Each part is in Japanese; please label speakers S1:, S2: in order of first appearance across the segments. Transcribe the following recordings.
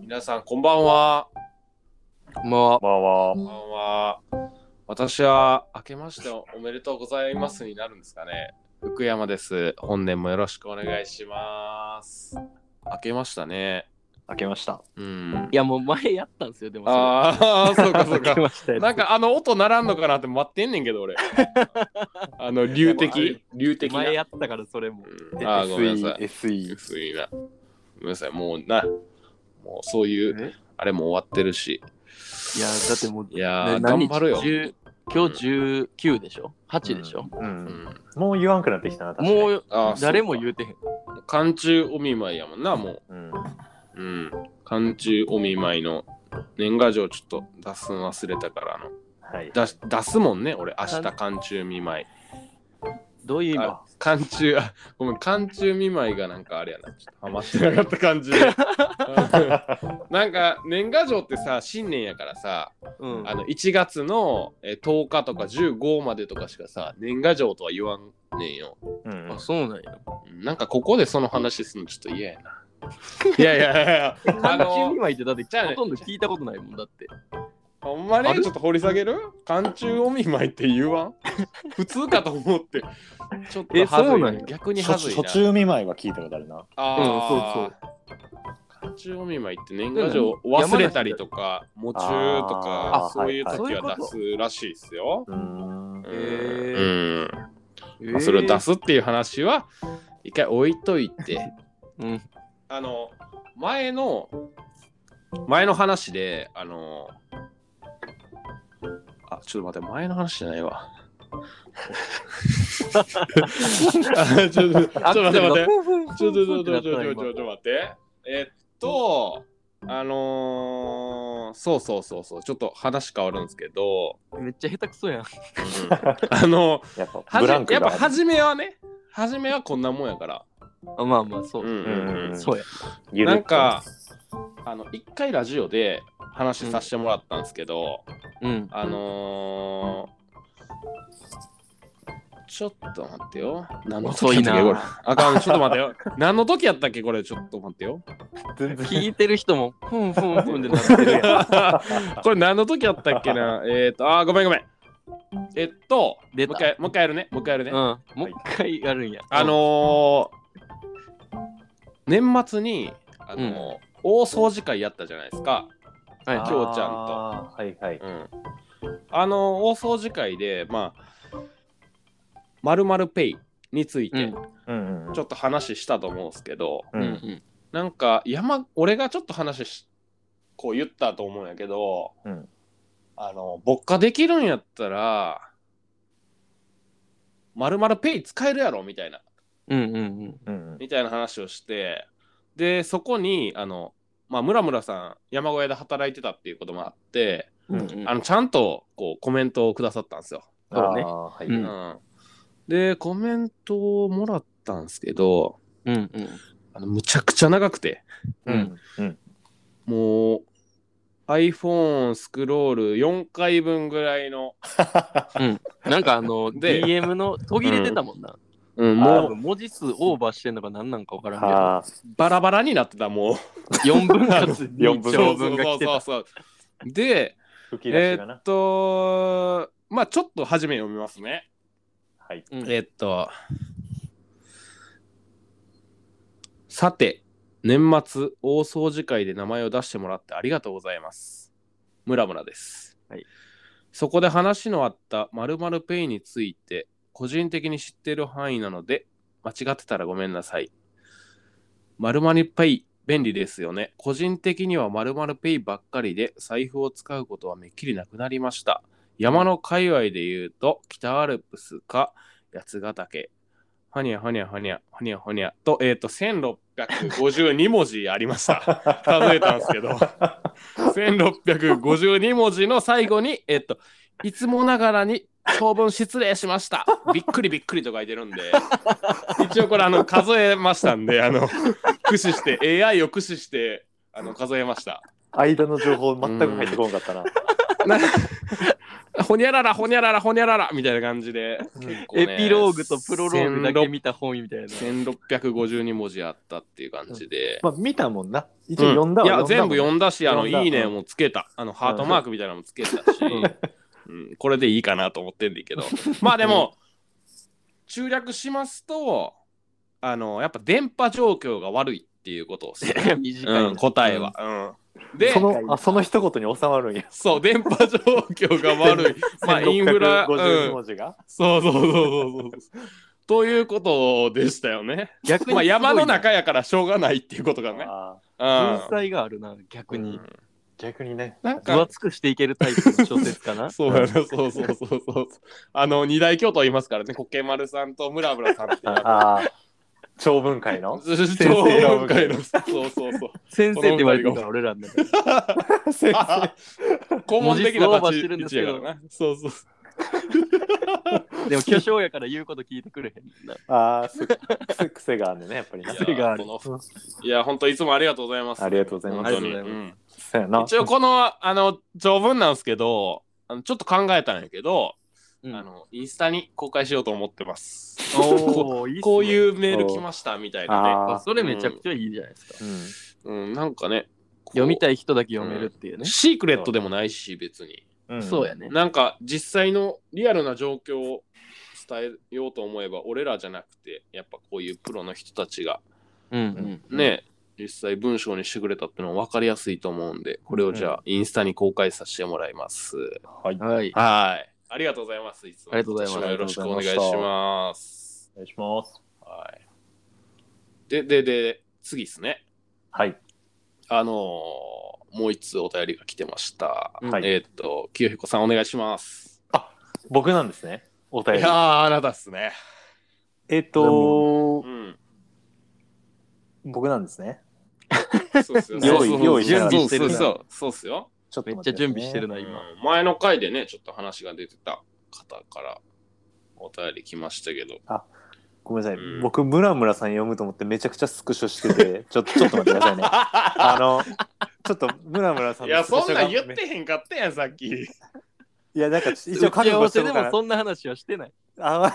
S1: 皆さん、こんばんは。
S2: こんばん
S3: まあま
S2: は。
S3: あ
S1: こんばんは。私は、明けましておめでとうございますになるんですかね。福山です。本年もよろしくお願いします。明けましたね。
S3: 開けました。
S1: うん
S2: い。や、もう前やったんですよ、でもそれ。
S1: ああ、そうかそう
S3: 開け
S1: か。
S3: ましたよ
S1: なんかあの音ならんのかなって待ってんねんけど俺。あの流的流的な。
S2: 前やったから、それも。
S1: うんああ、ごめんなさい。
S3: SE。
S1: 薄いな。ごめんなさい、もうな、もうそういう
S3: え、
S1: あれも終わってるし。
S2: いや、だってもう、
S1: いやー、
S2: ね
S1: 頑張るよ。
S2: 10今日19でしょ ?8 でしょ、
S3: う。
S1: うんん、
S3: もう言わんくなってきたな、確かに。
S2: もう
S1: あー
S2: 誰も言
S1: う
S2: うてへん。
S1: か。寒中お見舞いやもんな、も
S3: うん。
S1: う。うん。寒中お見舞いの年賀状ちょっと出すの忘れたからの。
S3: はい。
S1: 出し出すもんね、俺、明日寒中見舞い。
S2: どういう意味
S1: あ寒中、あごめん、寒中見舞いがなんかあれやな。ちょっとハマってなかった感じで。うんなんか年賀状ってさ、新年やからさ、
S2: うん。
S1: あの1月のえー10日とか15までとかしかさ年賀状とは言わんねんよ
S3: うん
S2: あ、そうなんや。
S1: うんなんかここでその話するのちょっと嫌やないやいやいやいやあ
S2: あの、
S1: の
S2: 祝いってだって
S1: じゃあね
S2: ほとんど聞いたことないもんだって。
S1: ほんま
S2: あ
S1: に
S2: る
S1: ちょっと掘り下げる寒中お見舞いって言わん普通かと思ってちょっと
S2: え
S1: はず
S2: そう
S1: い
S2: な
S1: なん
S2: や
S1: 逆にはずいな
S3: 初中見舞いは聞いたことあるな。
S1: あー寒中お見舞いって年賀状忘れたりとか喪中と
S3: あ
S1: か
S3: ー
S1: そういう
S3: はい
S2: はい
S1: 時は出すらしいですよ
S3: うーん。
S2: ういうこと
S1: う
S2: へ
S1: んまあ、それを出すっていう話は一回置いといて
S2: うん。
S1: あの前の前の話であのあちょっと待って前の話じゃないわ あちょっとちょっと待って待ってちょっとちょっとちょっとちょっとちょっと待ってえっとあのー、そうそうそうそうちょっと話変わるんですけど、
S2: めっちゃ下手くそやん。
S1: あの
S3: やっぱ、
S1: はじ
S3: ブランク
S1: やっぱ
S3: がある。
S1: 初めはね初めはこんなもんやから、
S2: あまあまあ、そう。
S3: んうん
S2: そうや。
S3: ゆるっと
S1: なんか、あの一回ラジオで話させてもらったんですけど、
S2: うん。
S1: あのーちょっと待ってよ。何の時やったっけこ
S2: 遅い
S1: れ
S2: な。
S1: あかん、ちょっと待って よ。何の時やったっけこれ、ちょっと待ってよ。
S3: 全然
S2: 聞いてる人も、ふんふんふんでなって るやん。
S1: これ何の時やったっけなえっと、あー、ごめんごめん。えっと、
S2: 出た
S1: もう一回、もう一回やるね。もう一回やるね。
S2: うん。もう一回やるんや。
S1: あのー年末に、あのー
S2: う
S1: 大掃除会やったじゃないですか。
S2: はい、
S1: 今日ちゃんと
S3: あーはいはい。
S1: うん、あの大掃除会でまあ「まるまるペイ」について
S3: うんうん。
S1: ちょっと話したと思うんですけど、
S3: う
S2: うん
S3: ん。
S2: うん
S1: なんか山俺がちょっと話しこう言ったと思うんやけど、
S3: うん
S1: あの牧歌できるんやったら「まるまるペイ」使えるやろみたいな
S2: うんうんうん。
S3: うん
S1: みたいな話をしてでそこにあのまあ村村さん山小屋で働いてたっていうこともあって、
S2: うんう
S1: あ
S2: ん
S1: のちゃんとこうコメントをくださったんですよ。
S2: そうね
S3: あーはいううんん
S1: うんでコメントをもらったんですけど
S2: うんうん。
S1: あのむちゃくちゃ長くて
S3: うんうん。
S1: もう iPhone スクロール4回分ぐらいの、
S2: なんかあの、
S1: で
S2: DM の途切れてたもんな。
S1: うん
S2: も
S1: も
S2: う
S1: う
S2: 文字数オーバーしてんのか何なんかわからんけど。
S3: あ
S1: バラバラになってたもう
S2: 4分割
S3: 四
S2: に
S3: 分
S2: 長
S1: そう
S2: 文が
S1: そ
S2: 来
S1: う
S2: て
S1: そう
S2: た。
S1: そうで
S3: ー吹き出
S1: え
S3: しが
S1: ーっ
S3: な。
S1: とまあちょっと初め読みますね
S3: はい。
S2: うん
S1: えっと、さて、年末大掃除会で名前を出してもらってありがとうございます。ムラムラです。
S2: はい
S1: そこで話のあった〇〇ペイについて、個人的に知っている範囲なので、間違ってたらごめんなさい。〇〇ペイ便利ですよね。個人的には〇〇ペイばっかりで、財布を使うことはめっきりなくなりました。山の界隈で言うと、北アルプスか、八ヶ岳。はにゃはにゃはにゃはにゃはにゃと、えっ、ー、と、1652文字ありました。数えたんですけど、1652文字の最後に、えっ、と、いつもながらに長文失礼しました。びっくりびっくりと書いてるんで、一応これ、あの、数えましたんで、あの、駆使して、AI を駆使して、あの、数えました。
S3: 間の情報全く入ってこなかったな。
S1: な ほにゃららほにゃららほにゃららみたいな感じで、結構ね
S2: エピローグとプロローグだけ見た本みたいな。、
S1: 1652文字あったっていう感じで、
S4: まあ見たもんな。一
S1: うん
S4: 応読んだ
S1: い
S4: わ。
S1: や全部
S4: ん
S1: 読んだしあの
S4: 読んだ
S1: いいねもつけたあのハートマークみたいなのもつけたし、うん、これでいいかなと思ってんだけ どまあでも中略しますとあのやっぱ電波状況が悪いっていうことをする
S2: 短い、
S1: うん、答えは、うん、で
S4: そのあその一言に収まるんや。
S1: そう電波状況が悪 いまあインフラ、う
S4: 50
S1: ん、
S4: 文字が。
S1: そうそうそうそうそうということでしたよね
S2: 逆に
S1: まあ山の中
S2: や。
S1: やからしょうがないっていうことがね
S4: あ
S2: 文
S1: う
S2: 才があるな、逆
S1: ん
S2: に。
S4: ー逆にね。
S1: なん
S2: 分
S1: か
S2: 厚くしていけるタイプの小説かな。
S1: そうやな、そうそうそうそうそう。あの、二大巨頭いますからね、コケ丸さんとムラムラさんっていう。
S4: ああ。長文会 の
S1: 超音階の。そうそうそう。
S2: 先生って言われてるから、俺らの中で。
S4: 先
S1: あ
S4: 生
S1: 顧問的な
S2: 文字数オーバー
S1: 立
S2: してるん
S1: ち位置や
S2: ですけ
S1: か
S2: ど
S1: らな。そうそう。
S2: でも巨匠やから言うこと聞いてくれへんねんな。
S4: ああ、す癖癖があるんでね、やっぱりな。
S2: 癖がある
S1: いやこのいや、本当いつもありがとうございます。
S4: ありがとうござい
S1: 本
S4: ま
S2: あり
S1: 当
S2: がと
S1: に。
S2: うござい
S1: う
S2: ます
S1: ん
S4: す。そうやな。
S1: 一応この、あの、条文なんですけど、あのちょっと考えたんやけど、
S2: うん
S1: あの、インスタに公開しようと思ってます。こ
S2: おーいいっすね
S1: こういうメール来ましたみたいなね。
S4: あ
S2: あそれめちゃくちゃいいじゃないですか。
S4: うん。
S1: うん、なんかね、こう
S2: 読みたい人だけ読めるっていうね。
S1: シークレットでもないし、別に。
S4: うん
S2: そうやね。
S1: なんか実際のリアルな状況を伝えようと思えば俺らじゃなくてやっぱこういうプロの人たちが
S2: うんうん。
S1: ね、実際文章にしてくれたってのは分かりやすいと思うんでこれをじゃあインスタに公開させてもらいます、
S4: はい。お
S2: はい。
S1: はいありがとうございますいつも
S2: ありがとうございます
S1: 今年もよろしくお願いします
S4: 願いします。
S1: はいででで次ですね
S4: はい。
S1: あのーもう一通お便りが来てました、
S2: うん
S4: はい
S1: えーっと清彦さんお願いします
S4: 僕なんですね。お
S1: い
S4: 便り
S1: や。ーあなたっすね
S4: えっと
S1: う、ん
S4: 僕なんですね。
S1: そうっすよ
S2: 用意
S1: そうそう
S2: 用
S1: そう
S2: 意準備してるな
S1: そうそうそうっすよ。
S4: ちょっと
S2: めっ
S4: 待
S2: ちゃ
S4: て
S2: 準備してる
S4: ね。
S2: な、今。
S1: うん前の回でね、ちょっと話が出てた方からお便り来ましたけど。
S4: ごめんなさい
S1: うん。
S4: 僕、ムラムラさん読むと思ってめちゃくちゃスクショしてて、ちょちょっと待ってくださいね。あの、ちょっとムラムラさ ん
S1: い
S4: の
S1: や、
S4: スクシ
S1: そん
S4: ョが
S1: なん言ってへんかったやん、さっ き。
S4: いや、なんか一
S2: 打
S4: 応覚
S2: ち合
S4: 悟
S2: わ
S4: して
S2: せ
S4: る
S2: で
S4: から
S2: も。そんな話はしてない。
S4: あ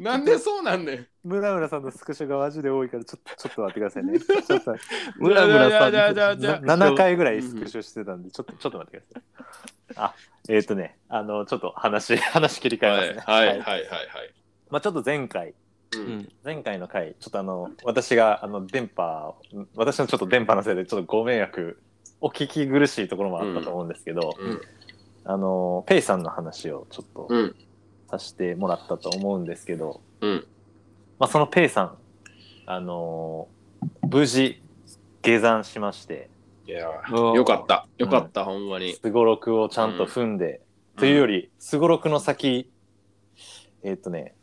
S1: なんでそうなんねん。
S4: ムラムラさんのスクショがマジで多いから、ちょっとちょっと待ってくださいね。ちょっと
S2: ムラムラさん
S1: じゃあじゃあじゃあじゃあ
S4: 7回ぐらいスクショしてたんで、ちょっとちょっと待ってください。あ、えっ、とね、あの、ちょっと話、 話切り替え
S1: は
S4: ます
S1: い
S4: ね。
S1: はいはいはいはい。
S4: まあちょっと前回、
S1: う
S2: うんん
S4: 前回の回、ちょっとあの、私が、あの、電波を、私のちょっと電波のせいで、ちょっとご迷惑、お聞き苦しいところもあったと思うんですけど、
S1: うん
S4: あの、ペイさんの話をちょっと
S1: うん
S4: させてもらったと思うんですけど、
S1: うん
S4: まあそのペイさん、あの、無事、下山しまして、
S1: いや
S2: お
S1: ー
S2: ー
S1: よかったよかった、ほんまに。
S4: すごろくをちゃんと踏んで、というより、すごろくの先、えーっ、とね、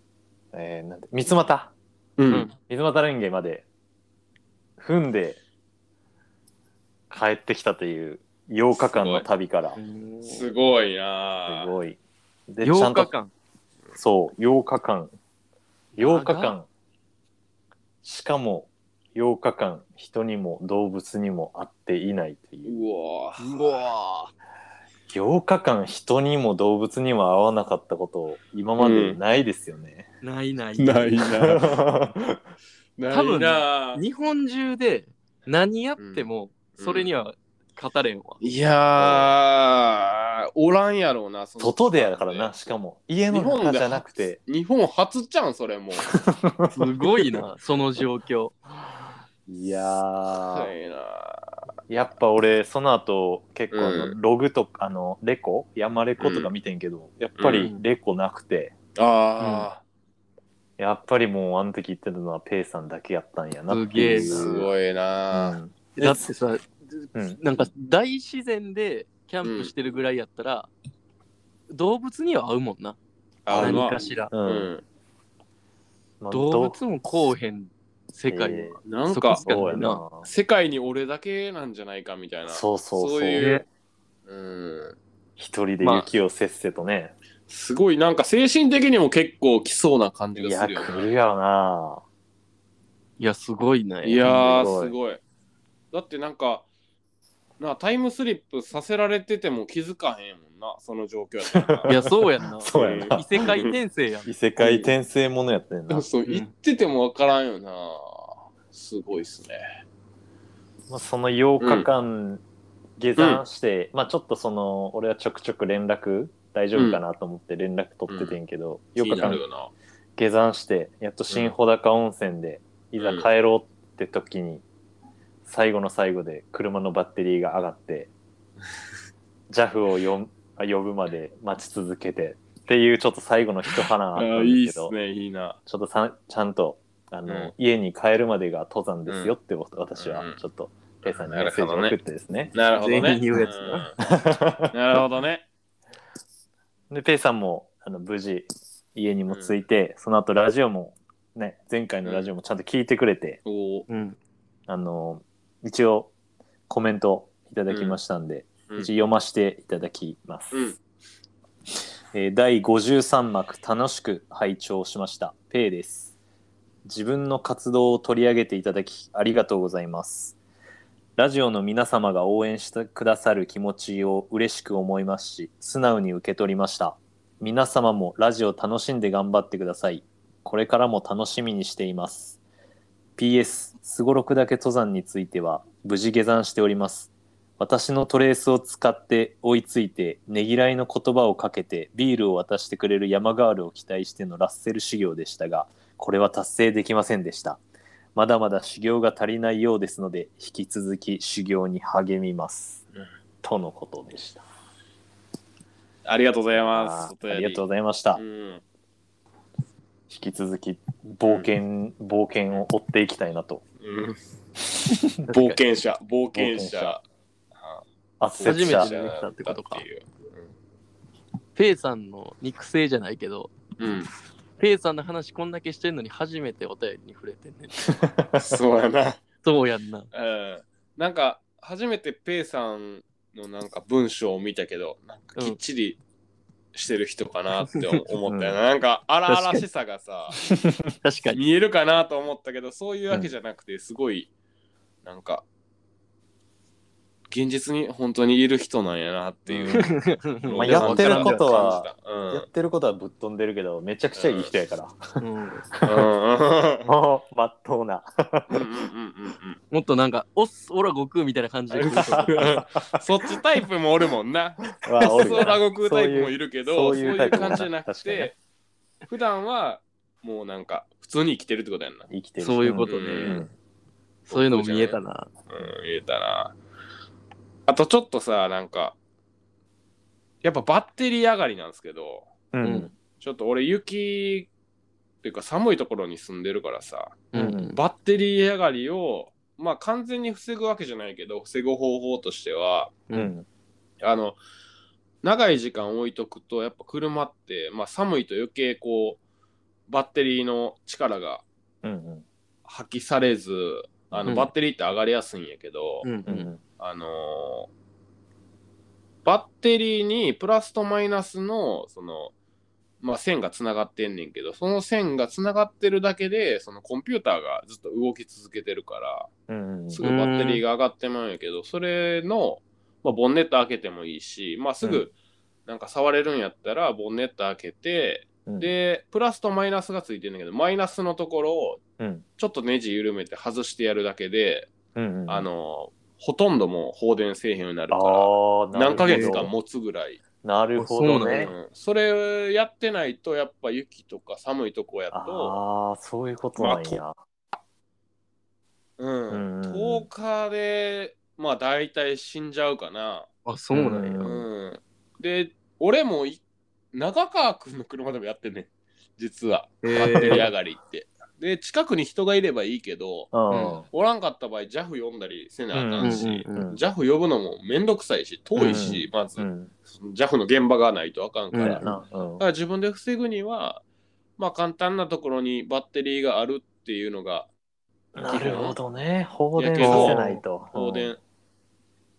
S4: えー、なんて、三つ股
S1: うん、
S2: うん
S4: 水俣レンゲまで踏んで帰ってきたという8日間の旅からす
S1: すごいなー
S4: ごい。でちゃ
S2: 8
S4: ん
S2: 日
S4: と
S2: 間。
S4: そう8日間8日
S2: 長
S4: 間しかも8日間人にも動物にも会っていないという
S1: うわー
S2: うわ
S4: 8日間人にも動物にも会わなかったこと今までないですよね。
S2: ーないない。
S1: ないなー な
S2: 多
S1: い
S2: 分
S1: なー
S2: 日本中で何やっても、それには語れんわ。
S1: いやーおらんやろうなその
S4: 外でやからなしかも家の中じゃなくて
S1: 日本初じゃんそ れもう
S2: すごいな、 その状況。
S4: いやー。
S1: はいな
S4: やっぱ俺その後結構あ
S1: う
S4: のログとか、あのレコ山レコとか見てんけど、やっぱりレコなくて、
S1: あ
S4: やっぱりもうあの時言ってたのはペイさんだけやったんやなって
S1: ー、
S4: い
S2: う
S4: う
S2: ん
S1: す
S4: い、
S1: ごいなー、
S4: うん
S2: だってさ、
S4: うん
S2: なんか大自然でキャンプしてるぐらいやったら、動物には合うもんな。
S1: あう
S2: 何
S1: ま
S2: かしら。
S4: う
S1: うんん、
S4: まあ
S2: 動
S4: ど
S2: 物もこうへん世界は
S4: え
S1: なん
S2: そこ
S1: か
S2: っす
S4: ーそうや
S2: な
S4: な
S1: 世界に俺だけなんじゃないかみたいな
S4: そうそうそう
S1: そういう、
S2: ね
S1: うん、
S4: 一人で雪をせっせとね、
S1: すごいなんか精神的にも結構きそうな感じ
S4: い
S1: が
S4: や
S1: するよ
S4: 来
S1: ね
S4: るやろない
S2: や、すごいな。
S1: いや
S4: すご
S1: ー
S4: い
S1: すごいだってなんかなタイムスリップさせられてても気づかへんもんんな、その状況やったら
S2: いや、そうやんな。
S4: そうやな
S2: 異世界転生やん。
S4: 異世界転生ものやってんな
S1: な。。そう、
S2: うん
S1: 言っててもわからんよな。すごいっすね。
S4: まあ、その8日間下山して、まあちょっとその俺はちょくちょく連絡大丈夫かなと思って連絡取っててんけど、
S1: 気
S4: 8
S1: に
S4: 日
S1: なる
S4: 間
S1: よな。
S4: 下山してやっと新穂高温泉でいざ帰ろうって時に最後の最後で車のバッテリーが上がって JAF を呼んあ呼ぶまで待ち続けてっていうちょっと最後の一花あっ
S1: あ
S4: た
S1: ー
S4: ん
S1: いい
S4: で
S1: っ
S4: すけ
S1: す
S4: ど
S1: ね、いいな。
S4: ちょっとさんちゃんとあの、
S1: うん
S4: 家に帰るまでが登山ですよってこと私は
S1: うん
S4: ちょっとペイさんにメッセージを送ってですね。
S1: なるほどね。
S2: 全員言うやつな
S1: うんなるほどね。
S4: でペイさんもあの無事家にも着いて、その後ラジオもね前回のラジオもちゃんと聞いてくれて、
S1: おー
S2: うん。
S4: あの一応コメントいただきましたんで、
S1: うん
S4: 一応読ませていただきます。
S1: うん
S4: えー第53幕楽しく拝聴しました。ペイです。自分の活動を取り上げていただきありがとうございます。ラジオの皆様が応援してくださる気持ちを嬉しく思いますし、素直に受け取りました。皆様もラジオ楽しんで頑張ってください。これからも楽しみにしています。PS、すごろくだけ登山については無事下山しております。私のトレースを使って追いついてねぎらいの言葉をかけてビールを渡してくれる山ガールを期待してのラッセル修行でしたがこれは達成できませんでしたまだまだ修行が足りないようですので引き続き修行に励みます、
S1: うん
S4: とのことでした
S1: ありがとうございます。
S4: あーありがとう
S1: う
S4: ございました、
S1: うん。
S4: 引き続き冒険、冒険を追っていきたいなと
S1: うん冒険者、冒険
S4: 冒険者
S1: 者。
S4: 圧
S2: 初め
S4: 雪
S2: て
S4: 者
S2: じゃなかったってことか
S1: いう。
S2: ペイさんの肉声じゃないけど、
S1: うん、
S2: ペイさんの話こんだけしてんのに初めてお便りに触れてんねん。
S1: そうやな。
S2: そうやんな。
S1: うん。なんか、初めてペイさんのなんか文章を見たけど、なんかきっちりしてる人かなって思ったよな。なんか荒々しさがさ、
S2: 確かに。
S1: 見えるかなと思ったけど、そういうわけじゃなくて、すごい、なんか、現実に本当にいる人なんやなっていう。
S4: まあやってることは
S1: 感じた、うん
S4: やってることはぶっ飛んでるけどめちゃくちゃいい人やから、
S2: うん
S1: うん
S4: もうまっとう な
S1: うんうんうんうん
S2: もっとなんか、おっす、おら悟空みたいな感じで来ると思う。
S1: うんそっちタイプもおるもんな。
S4: はお
S1: そう
S4: るよな
S1: ラゴクタイプもいるけど、
S4: そう
S1: そう
S4: い
S1: い
S4: う
S1: う
S4: そういうタイプも
S1: 感じじゃなく
S4: 確かにね
S1: て、普段はもうなんか普通に生きてるってことやんな。
S4: 生きてる
S2: そういうことね、
S1: うん
S2: そういうのも見えたな。
S1: うん、言えたな。あとちょっとさ、なんか、やっぱバッテリー上がりなんですけど、
S4: う。
S2: うん
S1: ちょっと俺雪っていうか寒いところに住んでるからさ、
S2: う
S4: うん
S2: ん。
S1: バッテリー上がりを、まあ完全に防ぐわけじゃないけど、防ぐ方法としては、
S4: う
S2: うんん。
S1: あの長い時間置いとくとやっぱ車って、まあ、寒いと余計こうバッテリーの力が
S4: うん。
S1: 発揮されずあの、
S2: うん
S1: バッテリーって上がりやすいんやけど、
S2: うん。
S4: う
S2: うん
S4: ん。
S1: あのーバッテリーにプラスとマイナスのその、まあ、線がつながってんねんけどその線がつながってるだけでそのコンピューターがずっと動き続けてるから、
S4: うん。
S1: すぐバッテリーが上がってまうんやけど、それの、まあ、ボンネット開けてもいいし、まあ、す
S4: う
S1: ぐなんか触れるんやったら、ボンネット開けて、
S4: うん、
S1: で、プラスとマイナスがついてるんだけど、マイナスのところを
S4: うん。
S1: ちょっとネジ緩めて外してやるだけで、
S4: うん。
S1: あ、の、ほとんどもう放電せえへんようになる
S4: あ
S1: か
S4: ー
S1: ら、
S4: なる
S1: 何
S4: ほど
S1: ヶ月か持つぐらい。
S4: なるほど
S2: そうな
S1: う
S2: え
S4: ね。
S1: ん、それやってないと、やっぱ雪とか寒いとこやと、
S4: ああ、そういうことなんや。
S1: う
S4: う
S1: ん、
S4: ん
S1: 10日で、まあ大体死んじゃうかな。
S2: あ、そうなんや。
S4: うん
S1: うんで俺もい長川君の車でもやってんねん実は
S2: へ
S1: バ
S2: ー
S1: ッテリー上がりってで近くに人がいればいいけど
S4: うん。
S1: おらんかった場合 JAF 呼んだりせなあかんし、
S2: うんうんうん
S1: JAF 呼ぶのもめんどくさいし遠いし、まず、
S4: うん。
S1: その JAF の現場がないとあかんから、
S2: うん
S1: だか
S4: なうん。
S1: ら自分で防ぐにはまあ簡単なところにバッテリーがあるっていうのが
S4: なるほどね。放電
S1: や
S4: さ
S1: けど
S4: せないと。
S1: 放電、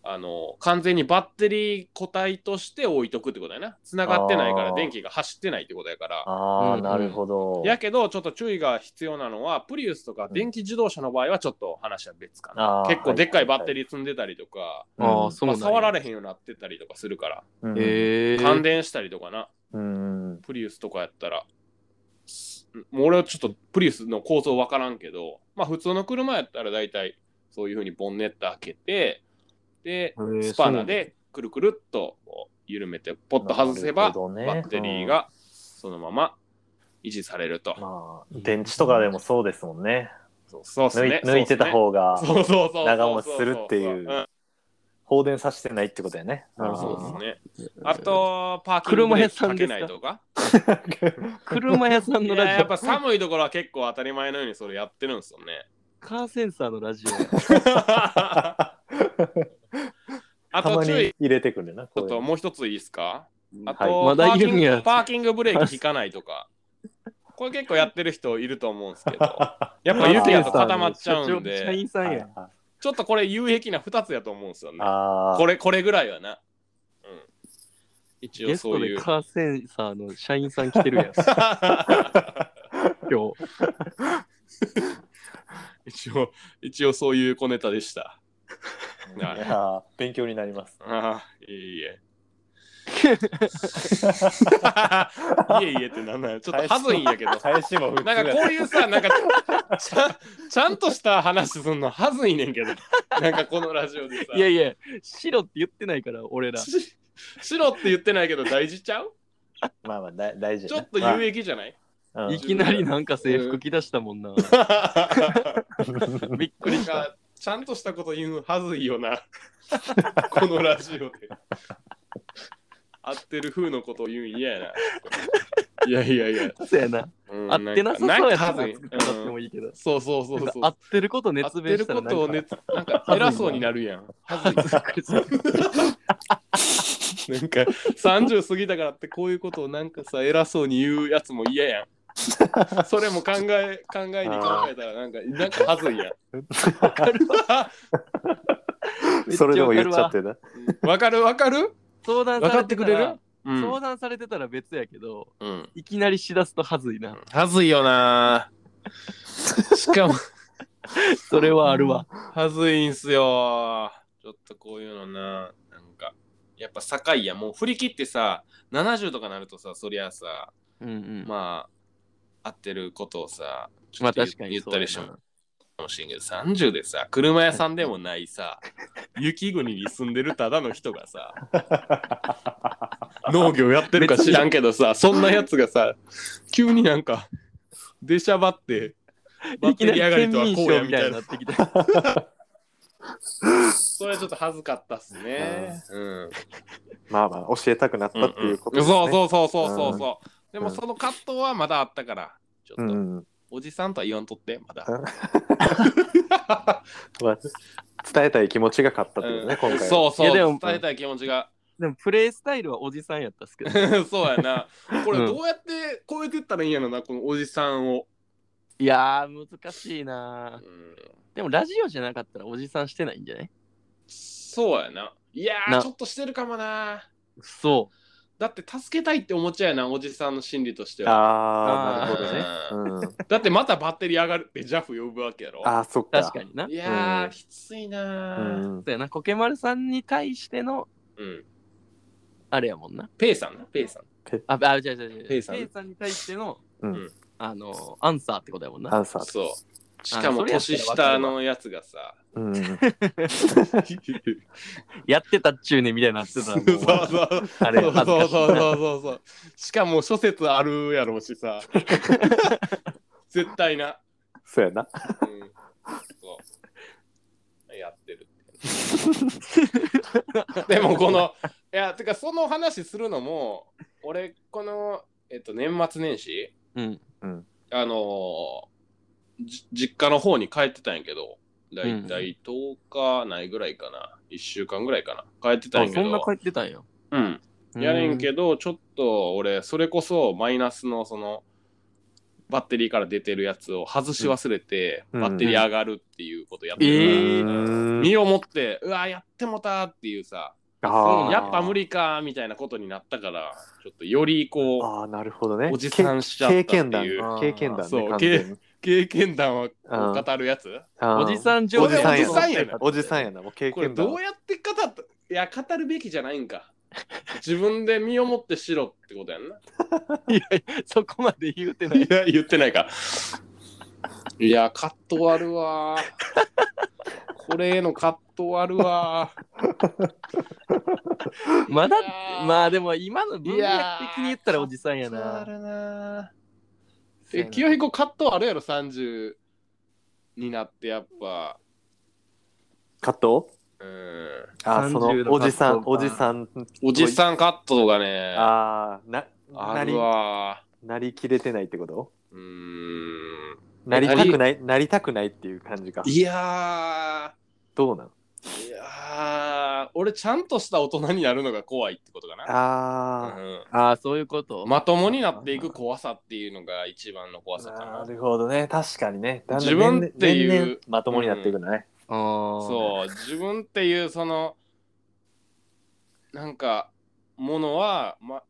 S1: あの完全にバッテリー個体として置いとくってことやな繋がってないか
S3: あ
S1: ら
S3: ー
S1: 電気が走ってないってことやから
S3: ああ、
S2: うん
S3: なるほど。
S1: やけどちょっと注意が必要なのはプリウスとか電気自動車の場合はちょっと話は別かな、
S3: あー
S1: 結構でっかいバッテ
S3: リ
S1: リー積んでたりとか、
S3: うん
S2: ああ、そう
S1: まあ、
S2: なんや
S1: 触られへんようになってたりとかするから、
S3: ー
S2: へえ。
S1: 感電したりとかな
S3: うん。うん
S1: プリウスとかやったらすもう俺はちょっとプリウスの構造わからんけどまあ普通の車やったら大体そういう風にボンネット開けてで
S2: へえ
S1: スパナでくるくるっとこう緩めてポッと外せ
S3: な
S1: ば
S3: るほどね
S1: バッテリーがそのまま維持されると。
S3: まあ、電池とかでもそうですもんね。
S1: そうっす
S3: 抜い
S1: ね。
S3: 抜いてた方が
S1: そうっすねそうそうそうそう
S3: 長持ちするってい
S1: ん
S3: う、放電させてないってことやね。
S2: なるほ
S1: そう
S2: ど
S1: ですね。あ、と、パーキング
S2: 車
S1: ブレ
S2: 屋
S1: ーキ
S2: さ
S1: か
S2: ん
S1: け
S2: ですか
S1: ないとか。
S2: 車屋さん
S1: い
S2: の
S1: や
S2: ラジオ。
S1: やっぱ寒いところは結構当たり前のようにそれやってるんです よね。
S2: カーセンサーのラジオや。
S1: あ
S3: た
S1: と
S3: ま
S1: 注意
S3: に入れてくるな。
S1: ち
S3: こうい
S1: ょっ
S3: う
S1: と
S3: の
S1: もう一ついいですかあと、
S2: まだ
S1: パーキン
S2: いるんや
S1: パーキングブレーキ引かないとか。これ結構やってる人いると思うんですけど、やっぱ雪やと固まっちゃうん
S2: 社
S1: で、
S2: 員さん
S3: はい
S2: や
S3: はい。
S1: ちょっとこれ有益な2つやと思うんですよね。
S3: ああ。
S1: これ、これぐらいはな。うん。一
S2: ゲ
S1: 応
S2: ス
S1: そ
S2: ト
S1: うい
S2: で
S1: う。
S2: カーセンサーの社員さん来て るやん、今日。
S1: 一応、一応そういう小ネタでした。
S3: いやー勉強になります。
S1: ああ、いえいえ。 いえいえってなん なんやちょっと恥ずいんやけど。
S3: 返しも普通
S1: なんかこういうさ、なんかちゃんちゃんとした話すんのはずいねんけど、なんかこのラジオでさ、
S2: いやいや、白って言ってないから、俺ら。
S1: し白って言ってないけど大事ちゃう
S3: まあまあだ大事
S1: ち
S3: や
S1: ょ
S3: な
S1: っと有益じゃ ない、
S3: まあうん
S2: いきなりなんか制服着だしたもんな。びっく
S1: こ
S2: り
S1: れ
S2: した。
S1: がちゃんとしたこと言うはずいよな、このラジオで。合ってる風のことを言うん嫌やな。いやいやいや。
S2: そうやな。
S1: うん
S2: 合ってなさそうやった
S1: な
S2: ら
S1: んか
S2: 作っ
S1: 恥
S2: て
S1: ずい
S2: もらってもいいけど。
S1: そうそうそう
S2: なんか
S1: そう。
S2: 合ってること
S1: 合
S2: 熱
S1: って
S2: 弁し
S1: る
S2: たら
S1: こ
S2: なん
S1: とを
S2: か
S1: ね、なんか偉そうになるやん。恥ずいなんか30過ぎたからってこういうことをなんかさ偉そうに言うやつも嫌やん。それも考え考えに考えたらなんかなんか恥ずいやん。
S3: それでも言っちゃってな。
S1: わかるわかる
S2: 相談
S1: わ
S2: さ
S1: か
S2: れ
S1: って
S2: て
S1: く
S2: た
S1: れ
S2: ら
S1: る、うん
S2: 相談されてたら別やけど、
S1: うん。
S2: いきなりしだすとはずいな。
S1: 恥ずいよな。しかも
S2: それはあるわ。
S1: 恥ずいんすよ。ちょっとこういうのな。なんかやっぱ境やもう振り切ってさ70とかなるとさそりゃさ
S2: うんうん。ま
S1: まあ合ってることをさちょ
S2: あ
S1: っと
S2: 確か
S1: 言
S2: に
S1: 言っ
S2: そ
S1: た
S2: うや
S1: りし
S2: な
S1: ょかもしれんけど30でさ車屋さんでもないさ雪国に住んでるただの人が さ農業やってるか知らんけどさそんなやつがさ急になんか出しゃばってバッ
S2: いき
S1: テ
S2: な
S1: リー上がり
S2: り県
S1: とは
S2: 民
S1: こうや
S2: 賞
S1: み
S2: みた
S1: た
S2: い
S1: い
S2: にな
S1: な
S2: ってきた。
S1: それはちょっと恥ずかったっすねうん
S3: まあまあ教えたくなったっていうことですね。
S1: そうそうそうそうそうそうでも
S3: うん
S1: その葛藤はまだあったからちょっと、
S3: うん。
S1: おじさんとは言わんとってまだ
S3: うんまあ伝えたい気持ちが勝ったってことね、今回は。
S1: そうそう
S2: いやでも
S1: 伝えたい気持ちが
S2: でもプレイスタイルはおじさんやったっすけど。
S1: そうやなこれ
S2: うん
S1: どうやって超えてったらいいんやろなこのおじさんを、
S2: いやー、難しいなー。
S1: うん
S2: でもラジオじゃなかったらおじさんしてないんじゃない
S1: そうやないやー
S2: な
S1: ちょっとしてるかもな
S2: そ
S1: だって助けたいって思っちゃうやなおじさんの心理としては
S3: ああ、なるほどね。
S1: うん
S3: うん、
S1: だってまたバッテリー上がるってジャフ呼ぶわけやろ
S3: ああ、そっ
S2: う。
S3: か。
S2: 確かにな。
S1: いやー、
S3: うん
S1: きついな
S3: う
S1: ー
S3: ん
S2: そうやな、コケマルさんに対しての
S1: うん、
S2: あれやもんな。
S1: ペイさんなペイさん
S2: あ、あ、違う違う違う。
S1: ペイさん
S2: ペイさんに対しての、
S3: うん
S2: あの、アンサーってことやもん
S3: ア
S2: な。
S3: ンサー。
S1: そうしかも
S2: あそれやった
S1: 年
S2: らわか
S1: 下
S2: るわ
S1: のやつがさ
S3: うん。
S2: やってたっちゅうねみたいになってたら も
S1: そう
S2: う
S1: そう
S2: あれ
S1: そ
S2: や
S1: うそう
S2: 恥ずかしい
S1: そうそうそうそう。しかも諸説あるやろうしさ。絶対な。
S3: そうやな。
S1: うん。そう。やってる。でもこの、いや、てかその話するのも、俺、この、えっと、年末年始、
S2: うん。
S1: あのーじ実家の方に帰ってたんやけど、だいたい10日ないぐらいかな。1週間ぐらいかな。帰ってたん
S2: あ、
S1: やけ
S2: そんな
S1: ど
S2: 帰。ってたんや。
S1: うん。やねん
S2: ど。
S1: けど、ちょっと俺、それこそマイナスのその、バッテリーから出てるやつを外し忘れて、
S4: うん
S1: バッテリー上がるっていうことやって
S2: え
S1: る、
S2: ー
S4: うん
S1: 身をもってうわやってもたっていうさ
S4: あー
S1: やっぱ無理かみたいなことになったからちょっとよりこ
S4: ああなるほどね
S1: おじさんしちゃったってい
S4: け
S1: う
S4: 経験談経験談
S1: そ
S4: ね
S1: う
S4: 完全に
S1: う経験談を
S4: うん
S1: 語るやつ
S4: あー
S2: おじさん
S1: 情
S2: 上
S1: 報
S4: おじさ
S1: おじさん
S4: んや
S1: やな
S4: なおじさんやなもう経
S1: これ
S4: 験
S1: ど
S4: 談
S1: うやって語ったいや語るべきじゃないん か自分で身をもってしろってことやんな
S2: そこまで言うてない
S1: いや言ってないかいやカットあるわこれへのカットあるわ
S2: まだ
S1: いやー
S2: まあでも今の文脈的に言ったらおじさんや
S1: カットあ
S2: な
S1: るな
S2: そう
S1: え
S2: やな
S1: 清彦カットあるやろ30になってやっぱ
S4: カット
S1: うん
S4: あーそ
S2: 30
S4: の
S2: の
S4: おじさん
S2: カット
S4: おじさん
S1: おじさんカットがねあ
S4: ああななり
S1: るわ
S4: なりきれてないってこと
S1: うーん
S4: なりたくないなりたくないっていう感じか
S1: いや
S4: どうなん
S1: ーいやー俺ちゃんとした大人になるのが怖いってことかな
S4: あ
S2: ああそういうこと
S1: うんまともになっていく怖さっていうのが一番の怖
S4: あ
S1: さか
S4: な
S1: な
S4: るほどね確かにねだんだん
S1: 自分っていう
S4: 年々まともになっていくのね
S2: そ
S1: そう自分っていうそのなんかものは、ま、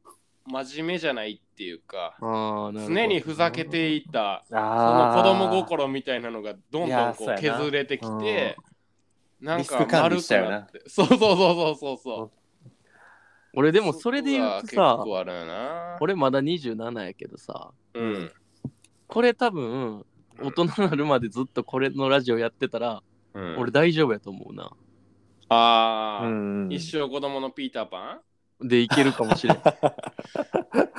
S1: 真面目じゃないっていうか
S2: うあーなるほど
S1: 常にふざけていたその
S4: あ
S1: 子
S4: あ
S1: 供心みたいなのがどん
S4: い
S1: ど
S4: や
S1: ん
S4: ー
S1: こ
S4: そうや
S1: う
S4: な
S1: 削れてきて、なん
S4: リス
S1: か
S4: ク管理
S1: 丸
S4: し
S1: く
S4: たよな
S1: なってそうそうそうそうそうそう
S2: 俺でもそれで言う
S1: そ
S2: と
S1: こ
S2: さ
S1: が結構あるよな
S2: 俺まだ27やけどさ
S1: うん
S2: これ多分大人になるまでずっとこれのラジオやってたら、
S1: うん、
S2: 俺大丈夫やと思うな
S1: ああ、
S4: うんうん
S1: 一生子供のピーターパン
S2: でいけるかも しれん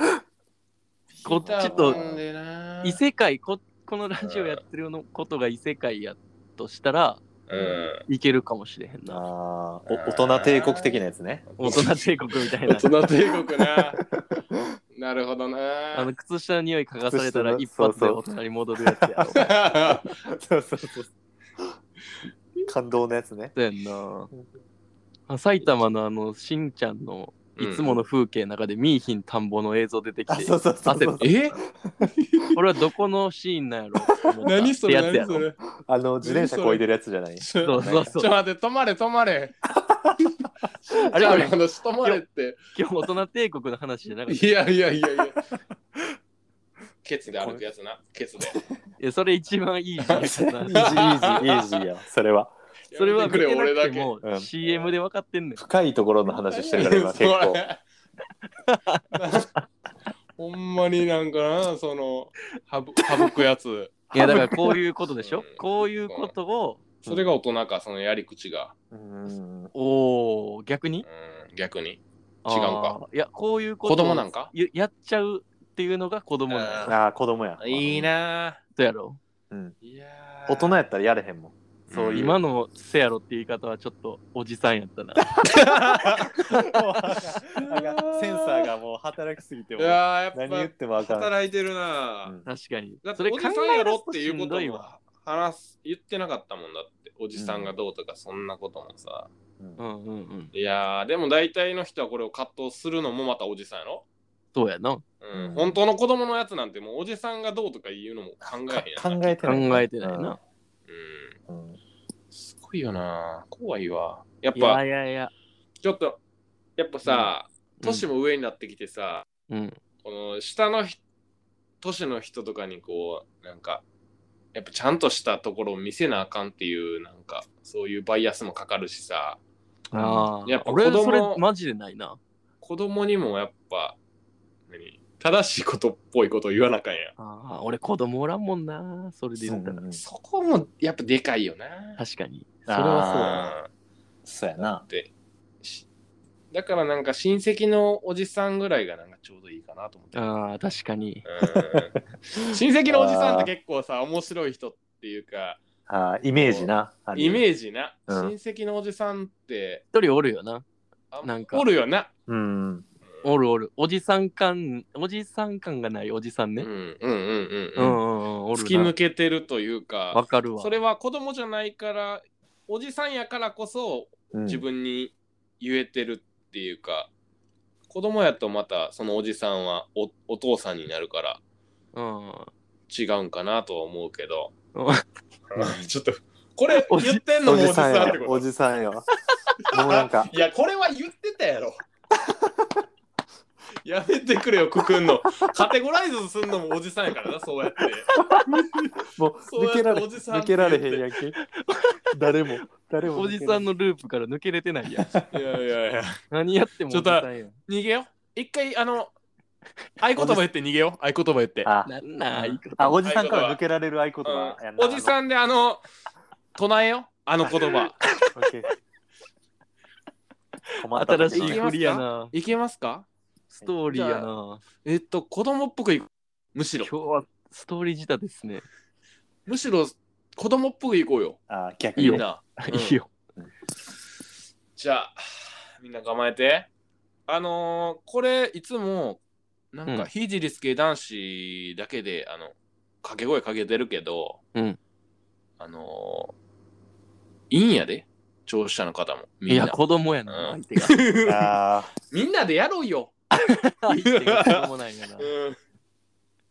S1: ピー
S2: こっちと
S1: ターパンでな
S2: 異世界ここのラジオやってるのことが異世界やとしたら
S1: うん
S2: いけるかもしれへんな
S4: あーお大人帝国的なやつね
S2: 大人帝国みたい
S1: 大
S2: な
S1: 人帝国 ななるほど
S2: あの
S1: な
S2: 靴下の匂い嗅がされたら
S4: 靴
S2: 一
S4: 下の
S2: 発で大人に戻るや つやろ。そ
S4: そうそうそう感動のやつね
S2: うやんなあ。埼玉のあのしんちゃんのいつもの風景の中でミーヒン田んぼの映像出てき
S4: あ
S2: て、
S4: そうそうそうそう
S2: 汗
S1: え
S2: これはどこのシーンなんやろって思った
S1: 何それ
S2: ってや
S1: 何
S2: つや
S1: そ
S2: ろ
S1: れ
S4: あの自転車こいでるやつじゃない
S1: ちょ
S2: そうそうそ
S1: ちょ
S2: う。
S1: 待って止まれ止まれ
S4: あ
S1: じ
S4: れ
S1: ゃ
S4: こ
S1: あ
S4: れ
S1: の止まれって
S2: 今日大人帝国の話じゃなかった。
S1: いやいやいやいや。ケツで歩くやつな。ケツで。
S2: いやそれ一番いいじ ゃん。
S4: イージーイージーイージーやそれは
S2: それは
S1: やめ
S2: 見
S1: てくれ俺
S2: てなく
S1: だ
S2: て
S1: け。
S2: も
S4: うん
S2: CM で分かってんねん。
S4: 深いところの話してるから 今結構
S1: 構。 ほんまになんかな、その、はぶ省くやつ。
S2: いやだからこういうことでし
S1: う
S2: ょ
S1: ん。
S2: こういうことを、
S1: それが大人か、そのやり口が。
S4: うん
S2: おお逆に
S1: うん、逆に。
S2: 違
S1: 違うんか。
S2: いや、こういうこと
S1: 子
S2: を
S1: 供なんか
S2: ややっちゃうっていうのが子供なんだ
S4: ああ子供や
S1: な
S2: とやろ。
S4: うん
S1: ぁ。いや
S4: 大人やったらやれへんもんそういう
S2: 今のせやろって言い方はちょっとおじさんやったな。
S4: なんかセンサーがもう働きすぎて
S1: い
S4: も
S1: やー
S4: 何
S1: や
S4: 言
S1: っ
S4: ってもあ
S1: ぱ
S4: かん。
S1: 働いてるな
S4: う
S1: ぁ
S4: ん
S2: 確かに
S1: だっ。て
S2: それ
S1: お
S2: 考
S1: じさん
S2: え
S1: や
S2: ろ
S1: ろっ
S2: ってて
S1: い
S2: いうう
S1: こ
S2: ことと
S1: も
S2: は。
S1: 話す言ってなかったもんだっておじさんがどうとかそんなこともさ、
S2: う
S4: うん
S2: んうんうん。
S1: いやーでも大体の人はこれを葛藤するのもまたおじさんやろ、
S2: そうやな。
S1: うん
S4: うん
S1: 本当の子供のやつなんてもうおじさんがどうとか言うのも考
S4: か
S1: えへんやん
S4: 考えてない。
S2: 考えてないな。
S1: うん、
S4: うん。うん
S1: すごいよな怖いわやっ
S2: いや
S1: ぱ
S2: いやいや。
S1: ちょっとやっぱさ年、
S2: も。
S1: も上になってきてさ、
S2: うん。
S1: この下のひ年の人とかにこうなんかやっぱちゃんとしたところを見せなあかんっていうなんかそういうバイアスもかかるしさ
S2: ああ。
S1: やっぱ
S2: 俺
S1: 子供
S2: それマジでないな。
S1: 子供にもやっぱ何正しいことっぽいことを言わなあかんやん
S2: ああ。俺子供おらんもんな。それで言ったら。
S4: うん
S1: そこもやっぱでかいよな。
S2: 確かに。そ
S4: あ
S2: れ
S4: ー
S2: はそうやな。
S1: だ
S4: そうやな。
S1: だからなんか親戚のおじさんぐらいがなんかちょうどいいかなと思って。
S2: ああ、確かに。
S1: うん親戚のおじさんって結構さ面白い人っていうか
S4: あーイメージな。
S1: イ
S4: ージ。
S1: メージな、
S4: うん
S1: 親戚のおじさんって
S2: 一人おるよな。
S1: あ
S2: なんか
S1: おるよな、
S4: うん。
S2: おるおる。おじさん感、おじさん感がないおじさん
S1: う
S2: ね
S1: ん、。うんうんうん
S2: うんう
S1: うん、
S2: んうん。おるな
S1: 突き抜けてるというか
S2: わかるわ。
S1: それは子供じゃないからおじさんやからこそ
S4: うん
S1: 自分に言えてるっていうか、子供やとまたそのおじさんはおお父さんになるから
S2: うん。
S1: 違うんかなとは思うけ ど、
S3: うん
S5: ちょっと、これ
S2: おじ
S5: 言ってんの
S3: お
S5: もお
S3: じ
S5: じ
S3: さ
S5: さ
S3: ん
S5: んって
S3: よ
S5: こ
S3: お
S5: と
S3: じさんよもうなんか
S5: いや、これは言ってたや ろ。やめてくれよ、くくんの。カテゴライズすんのもおじさんやからな、そうやって。
S3: も
S5: そうう
S3: 抜
S5: やっ
S3: け
S5: て
S3: られ
S5: おじさん
S3: 抜
S5: っ
S3: け
S5: て
S3: ら
S5: 言って
S3: れへんやんけ誰も誰も
S2: おじさんのループから抜けれてないや
S5: い
S2: ん。
S5: やいやいや。
S2: 何やってもお
S1: ちょっ
S2: じ
S1: と
S2: さんやん。
S1: 逃げよう。一回、あの、合言葉言って逃げよう。合言葉言って。
S3: あ
S2: なんなんいいこと
S3: あおじさんから抜けられる合言葉やんな
S1: おじさんで、あの、唱えよ。あの言葉。
S3: オッケー困った
S2: 新
S3: 時
S2: しい振りやな。
S1: いけますか
S2: ストーリーやな。
S1: えっと、子供っぽくいく。むしろ
S2: 今。日はストーリー仕立てですね。
S1: むしろ、子供っぽくいこうよ。
S3: あ逆
S2: いい
S3: に
S2: よ
S1: みん
S3: ね
S1: な。うん
S2: いいよ。
S1: じゃあ、みんな構えて。あのーこれ、いつも、なん
S2: う
S1: か、
S2: ん
S1: 非自立系男子だけで、あの、掛け声かけてるけど、
S2: うん
S1: あのーいいんやで、聴取者の方も。み
S2: い
S1: んな
S2: や、子供やな、
S1: う
S2: 相手が。
S3: あ
S1: みんなでやろうよ。
S2: 相手が子供なん やな、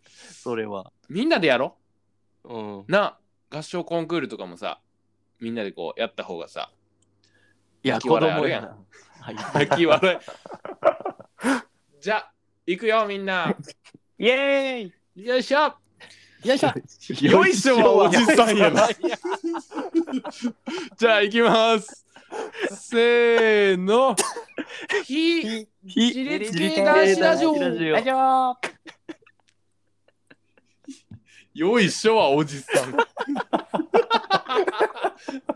S2: それは。
S1: みんなでやろ
S2: うん。
S1: う。な、合唱コンクールとかもさ、みんなでこう、やった方が さ、
S2: いや、
S1: 泣
S2: 子
S1: き笑いあ
S2: 供
S1: る
S2: や
S1: やん
S2: な。はい
S1: 泣き笑い。じゃあ、行くよ、みんな。
S3: イエーイ
S1: よいしょ
S2: よいしょ
S1: よいしょはおじさんやな。 じゃあ行きます。せーの。ひ
S2: ひ
S1: 自立系男子ラジオ
S2: ラジオ
S1: よいしょはおじ さん。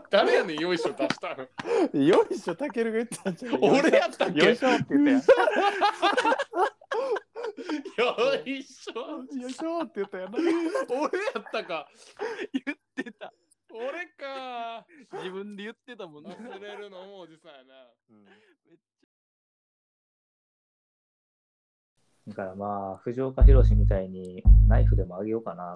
S1: 誰やねんよいしょ出したの。
S3: よいしょ、たけるが言ったんじゃない
S1: 俺やったっけ
S3: よいしょって言ったやん。
S1: よいしょ。
S3: よいしょって言ったやんな。
S1: 俺やったか。
S2: 言ってた。
S1: 俺か。
S2: 自分で言ってたもんね。
S1: 忘れるのもおじさんやな。
S6: だからまあ、藤岡弘みたいにナイフでもあげようかな。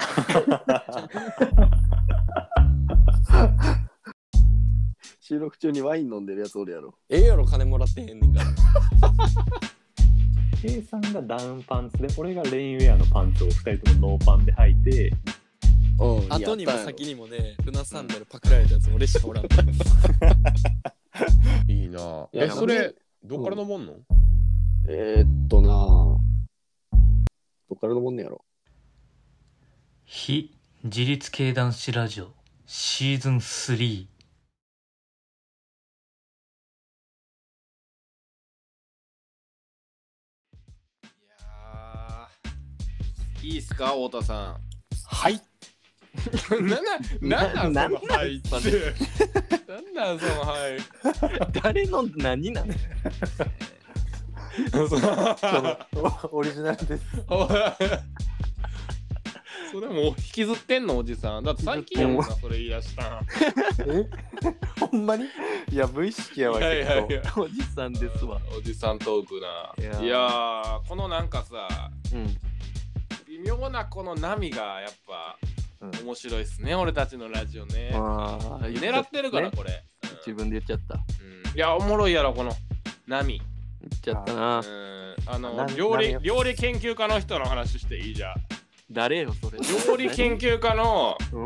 S7: 収録中にワイン飲んでるやつおるやろ。
S8: ええやろ金もらってへんねんから
S3: K さんがダウンパンツで、俺がレインウェアのパンツを2人ともノーパンで履いて、
S7: うん
S8: 後にも先にもねルナサンダルパクられたやつ俺しかおらん
S5: いいな。
S7: いや
S5: え、それ、どっから飲もんの
S7: えー、っとなぁどっからのもんねやろ。
S9: 非自立系男子ラジオシーズン3
S1: いやーいいっすか、太田さん。
S8: はい
S1: なんなん、なんなん、そのはいって。なんなん、その はい。
S2: 誰の何なの
S3: オリジナルです。
S1: おいそれもう引きずってんのおじさんだって最近やもんなそれ言い出したん
S3: ほんまにいや、無意識やわ、
S1: いやいやい
S3: 結
S1: や
S2: おじさんですわ。
S1: おじさんトークない
S2: い
S1: や
S2: や
S1: ー
S2: ー
S1: このなんかさ
S2: うん。
S1: 微妙なこの波がやっぱ
S3: うん
S1: 面白いっすね、俺たちのラジオね
S2: ああ、
S1: 狙ってるから
S2: ね
S1: これ、
S2: 自分で言っちゃった。
S1: うんうんいやおもろいやろこの波
S2: 言っちゃったな
S1: う。んあの
S3: な
S1: 料理
S3: 波
S1: 料理研究家の人の話していいじゃん
S2: 誰よ、それ。
S1: 料理研究家の
S2: う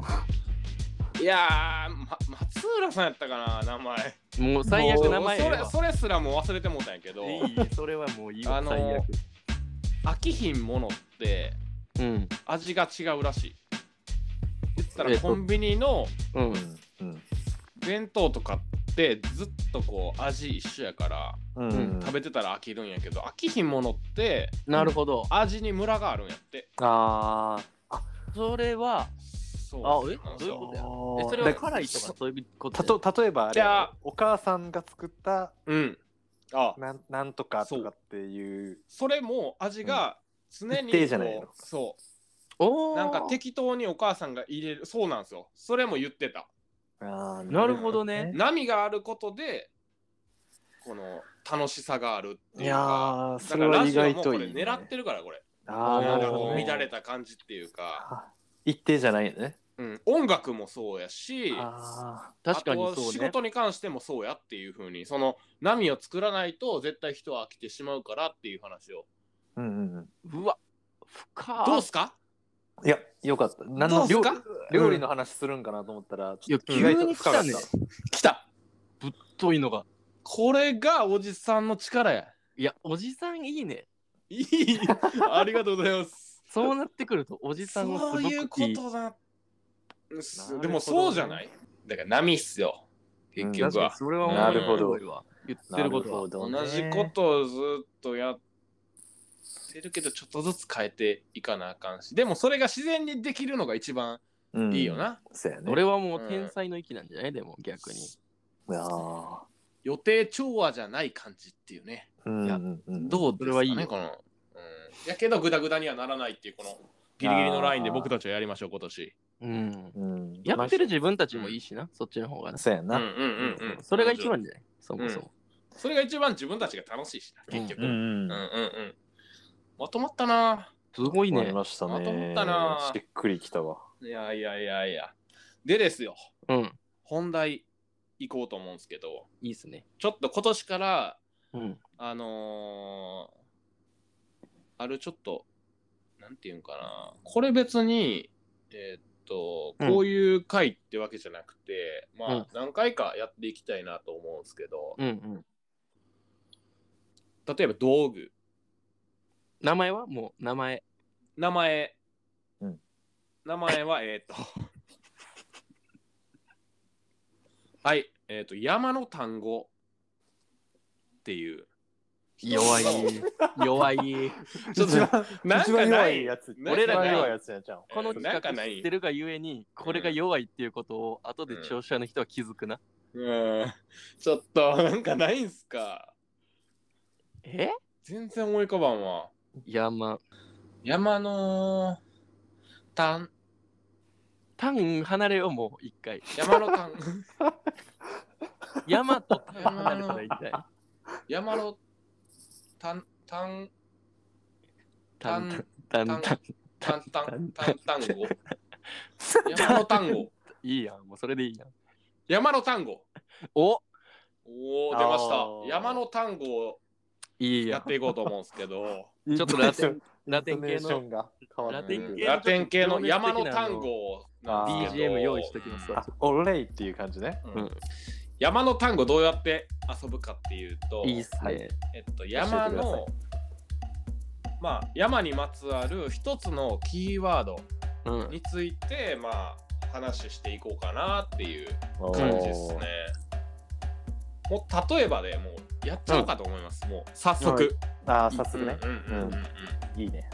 S1: いやー、ま、松浦さんやったかな名前
S2: もう最悪名前
S1: そ
S2: ええ
S1: れ
S2: わ
S1: それすらもう忘れてもうたんやけど
S2: いい、それはもういいわ、
S1: あのー
S2: 最悪。
S1: 飽きひんものって
S2: うん。
S1: 味が違うらしい言った
S2: え
S1: ら
S2: っと
S1: コンビニの
S2: うん。
S3: 構。うん。
S1: 弁当とかってずっとこう味一緒やから
S3: うん。
S2: ん
S1: 食べてたら飽きるんやけど飽きひんものって
S2: なるほど。
S1: 味にムラがあるんやって
S3: あー
S2: それは、
S1: そう
S2: あ、え、
S1: なんで
S2: ど
S1: す
S2: ういう
S1: よ
S2: ことやえ、
S3: あ
S2: そ
S3: ー。
S2: れは
S3: だか
S2: 辛いとかそういうこと
S3: た
S2: や
S3: と例えばあれ
S1: いや
S3: お母さんが作った
S1: うんあ
S3: なんなんとかとかっていう
S1: それも味が常
S3: うん
S1: に
S3: 一定じゃないの
S1: こうそう
S2: おー
S1: なんか適当にお母さんが入れるそうなんですよそれも言ってた
S3: あー
S2: なるほどね。
S1: 波があることでこの楽しさがあるって
S7: い
S1: いう
S7: や
S1: かだ
S7: ー、そ
S1: か
S7: れ
S1: ら
S7: は
S1: ラ
S7: 意
S1: ジオ
S7: 外
S1: も
S7: と
S1: こ
S7: いい、
S1: れ
S7: ね。
S1: 狙ってるからこれ
S3: あーなるほどね
S1: 乱れた感じっていうか、
S3: あ一定じゃないよね
S1: うん、音楽もそうやし
S3: あ
S2: 確かに
S1: あと
S2: そう
S1: 仕
S2: ね。
S1: 事に関してもそうやっていう風にその波を作らないと絶対人は飽きてしまうからっていう話を
S3: ーうんうんうん
S2: うわ、深っ
S1: どうっすか
S3: いや
S4: よかった。何
S1: ど
S4: の
S1: うす
S4: 料
S1: か
S4: 料理の話するんかなと思ったら、
S2: いや
S4: 意外と深かっ
S2: 急に来
S4: た
S2: たね。
S1: 来た
S2: というのが。
S10: これがおじさんの力や。
S2: いや、おじさんいいね。
S1: いいありがとうございます
S2: そうなってくると、おじさんはす
S1: そ
S2: ご
S1: う
S2: く
S1: いうこ
S2: いい。
S1: とだ
S4: どね
S1: でもそうじゃないだから波っすよ結局は、
S2: それは
S4: なるほど
S2: 面白いわ言ってることは。
S4: ど
S1: 同じことをずっとやってるけどちょっとずつ変えていかなあかんしでもそれが自然にできるのが一番
S4: と
S1: いいよ。な、
S4: そうやね。
S2: 俺はもう天才の域なんじゃないでも逆に。
S4: いやー
S1: 予定調和じゃない感じっていうね
S4: うん
S2: いや
S4: うんうん
S1: どうですかね
S2: それはいいよ
S1: この、うん、やけどグダグダにはならないっていうこのギリギリのラインで僕たちはやりましょう今年
S2: うん。
S4: うん
S2: やってる自分たちもいいしな、そっちの方がな。
S4: そうや
S1: うん
S4: な。
S1: うんうんうん
S2: それが一番じゃないそもそも。
S1: それが一番自分たちが楽しいしな結局、
S4: うんうん。
S1: うんうんうん。まとまったな。
S2: すごい
S4: 終わり
S2: ね。
S4: ました
S1: まとま
S4: ね
S1: っ。たな
S4: しっくりきたわ。
S1: いやいやいやいや。でですよ、
S2: うん。
S1: 本題行こうと思うんですけど、
S2: いいっすね。
S1: ちょっと今年から、
S2: うん。
S1: あのーあるちょっと、なんていうんかな。これ別に、えーっと、
S2: うん
S1: こういう回ってわけじゃなくて、ま
S2: う
S1: あ
S2: ん、
S1: 何回かやっていきたいなと思うんですけど、
S2: うんうん。
S1: 例えば道具、
S2: 名前はもう名前。
S1: 名前、
S4: うん
S1: 名前はえーっとはいえーっ、と山の単語っていう
S2: 弱 い。弱い。
S1: ちょっとなん
S4: 一
S1: か
S4: 番
S1: な
S4: 弱
S1: い
S4: いやつ。
S1: 俺らが
S4: 一番弱いやつやじゃん。
S2: こ
S1: な
S2: の
S1: ん
S2: 企
S1: か
S2: 画
S1: な
S2: 知
S1: い
S2: ってるがゆえに、これが弱いっていうことを後で聴者の人は気づくな。
S1: うんちょっとなんかないんすか
S2: え
S1: 全然思い浮かばんわ
S2: 山。
S1: 山の単
S2: 単離れよ、もう一回。
S1: 山の単
S2: 山と単離れたら一回。
S1: 山の単単
S2: 単、単、単、 単。
S1: 単単単単語山の単語
S2: いいやん、もうそれでいいやん。
S1: 山の単語
S2: お
S1: おお出まし
S4: あー
S1: た山の単語を
S2: いい
S1: や
S2: や
S1: っ
S2: ん。
S1: ていこうと思うんですけど
S2: ちょっとラテン、
S4: ラ
S2: ラ
S4: テ
S2: テ
S4: ン
S2: ン
S4: 系
S2: 系
S4: の
S2: の
S4: ラ
S2: ラ
S4: テ
S2: テ
S4: ン
S2: ン
S4: 系
S2: 系
S1: ラテン系の山の単語を
S4: あー
S2: BGM 用意しときますわ。
S4: オレイっていう感じね。
S1: うん山の単語どうやって遊ぶかっていうと
S2: いいっすね。
S1: えっと、山
S4: 教えてくださ
S1: のまあ山にまつわる一つのキーワード
S2: うん。
S1: についてまあ話していこうかなっていう
S4: おー
S1: 感じですね。もう例えばでもうやっちゃおうかと思います、もう早速。
S4: ああ、早速ね。
S1: うんうんうんうんうん
S4: いいね。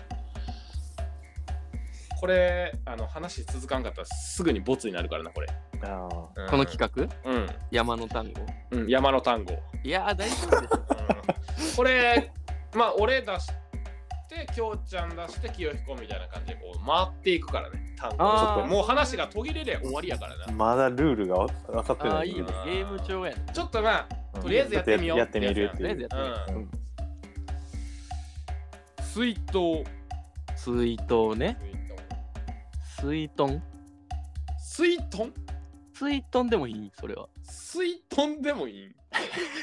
S1: これあの話続かんかったらすぐにボツになるからなこれ、
S4: ああ。
S2: この企画
S1: 画うん、
S2: 山の単語。
S1: うん、山の単語、
S2: いやー、大丈夫ですよ。
S1: うん、これ まあ俺出してきょうちゃん出して清彦みたいな感じでこう回っていくからね単語
S2: あー
S1: ちょっともう話が途切れで終わりやからな
S4: まだルールが分かって
S2: あ
S4: な
S2: あ、
S4: い
S2: い
S4: ん
S2: いね
S4: だけど。。
S2: ゲーム上やね。
S1: ちょっとま
S4: うん
S1: あとりあえずやってみよう
S4: やってみるっ
S2: と
S4: て
S2: りあ
S4: い
S2: えず
S4: う
S2: や。って
S1: う
S2: みよ
S4: うんん
S1: 水筒
S2: う。水筒ね。水筒。
S1: 水筒
S2: 水筒でもいい、それは。
S1: 水筒でもいい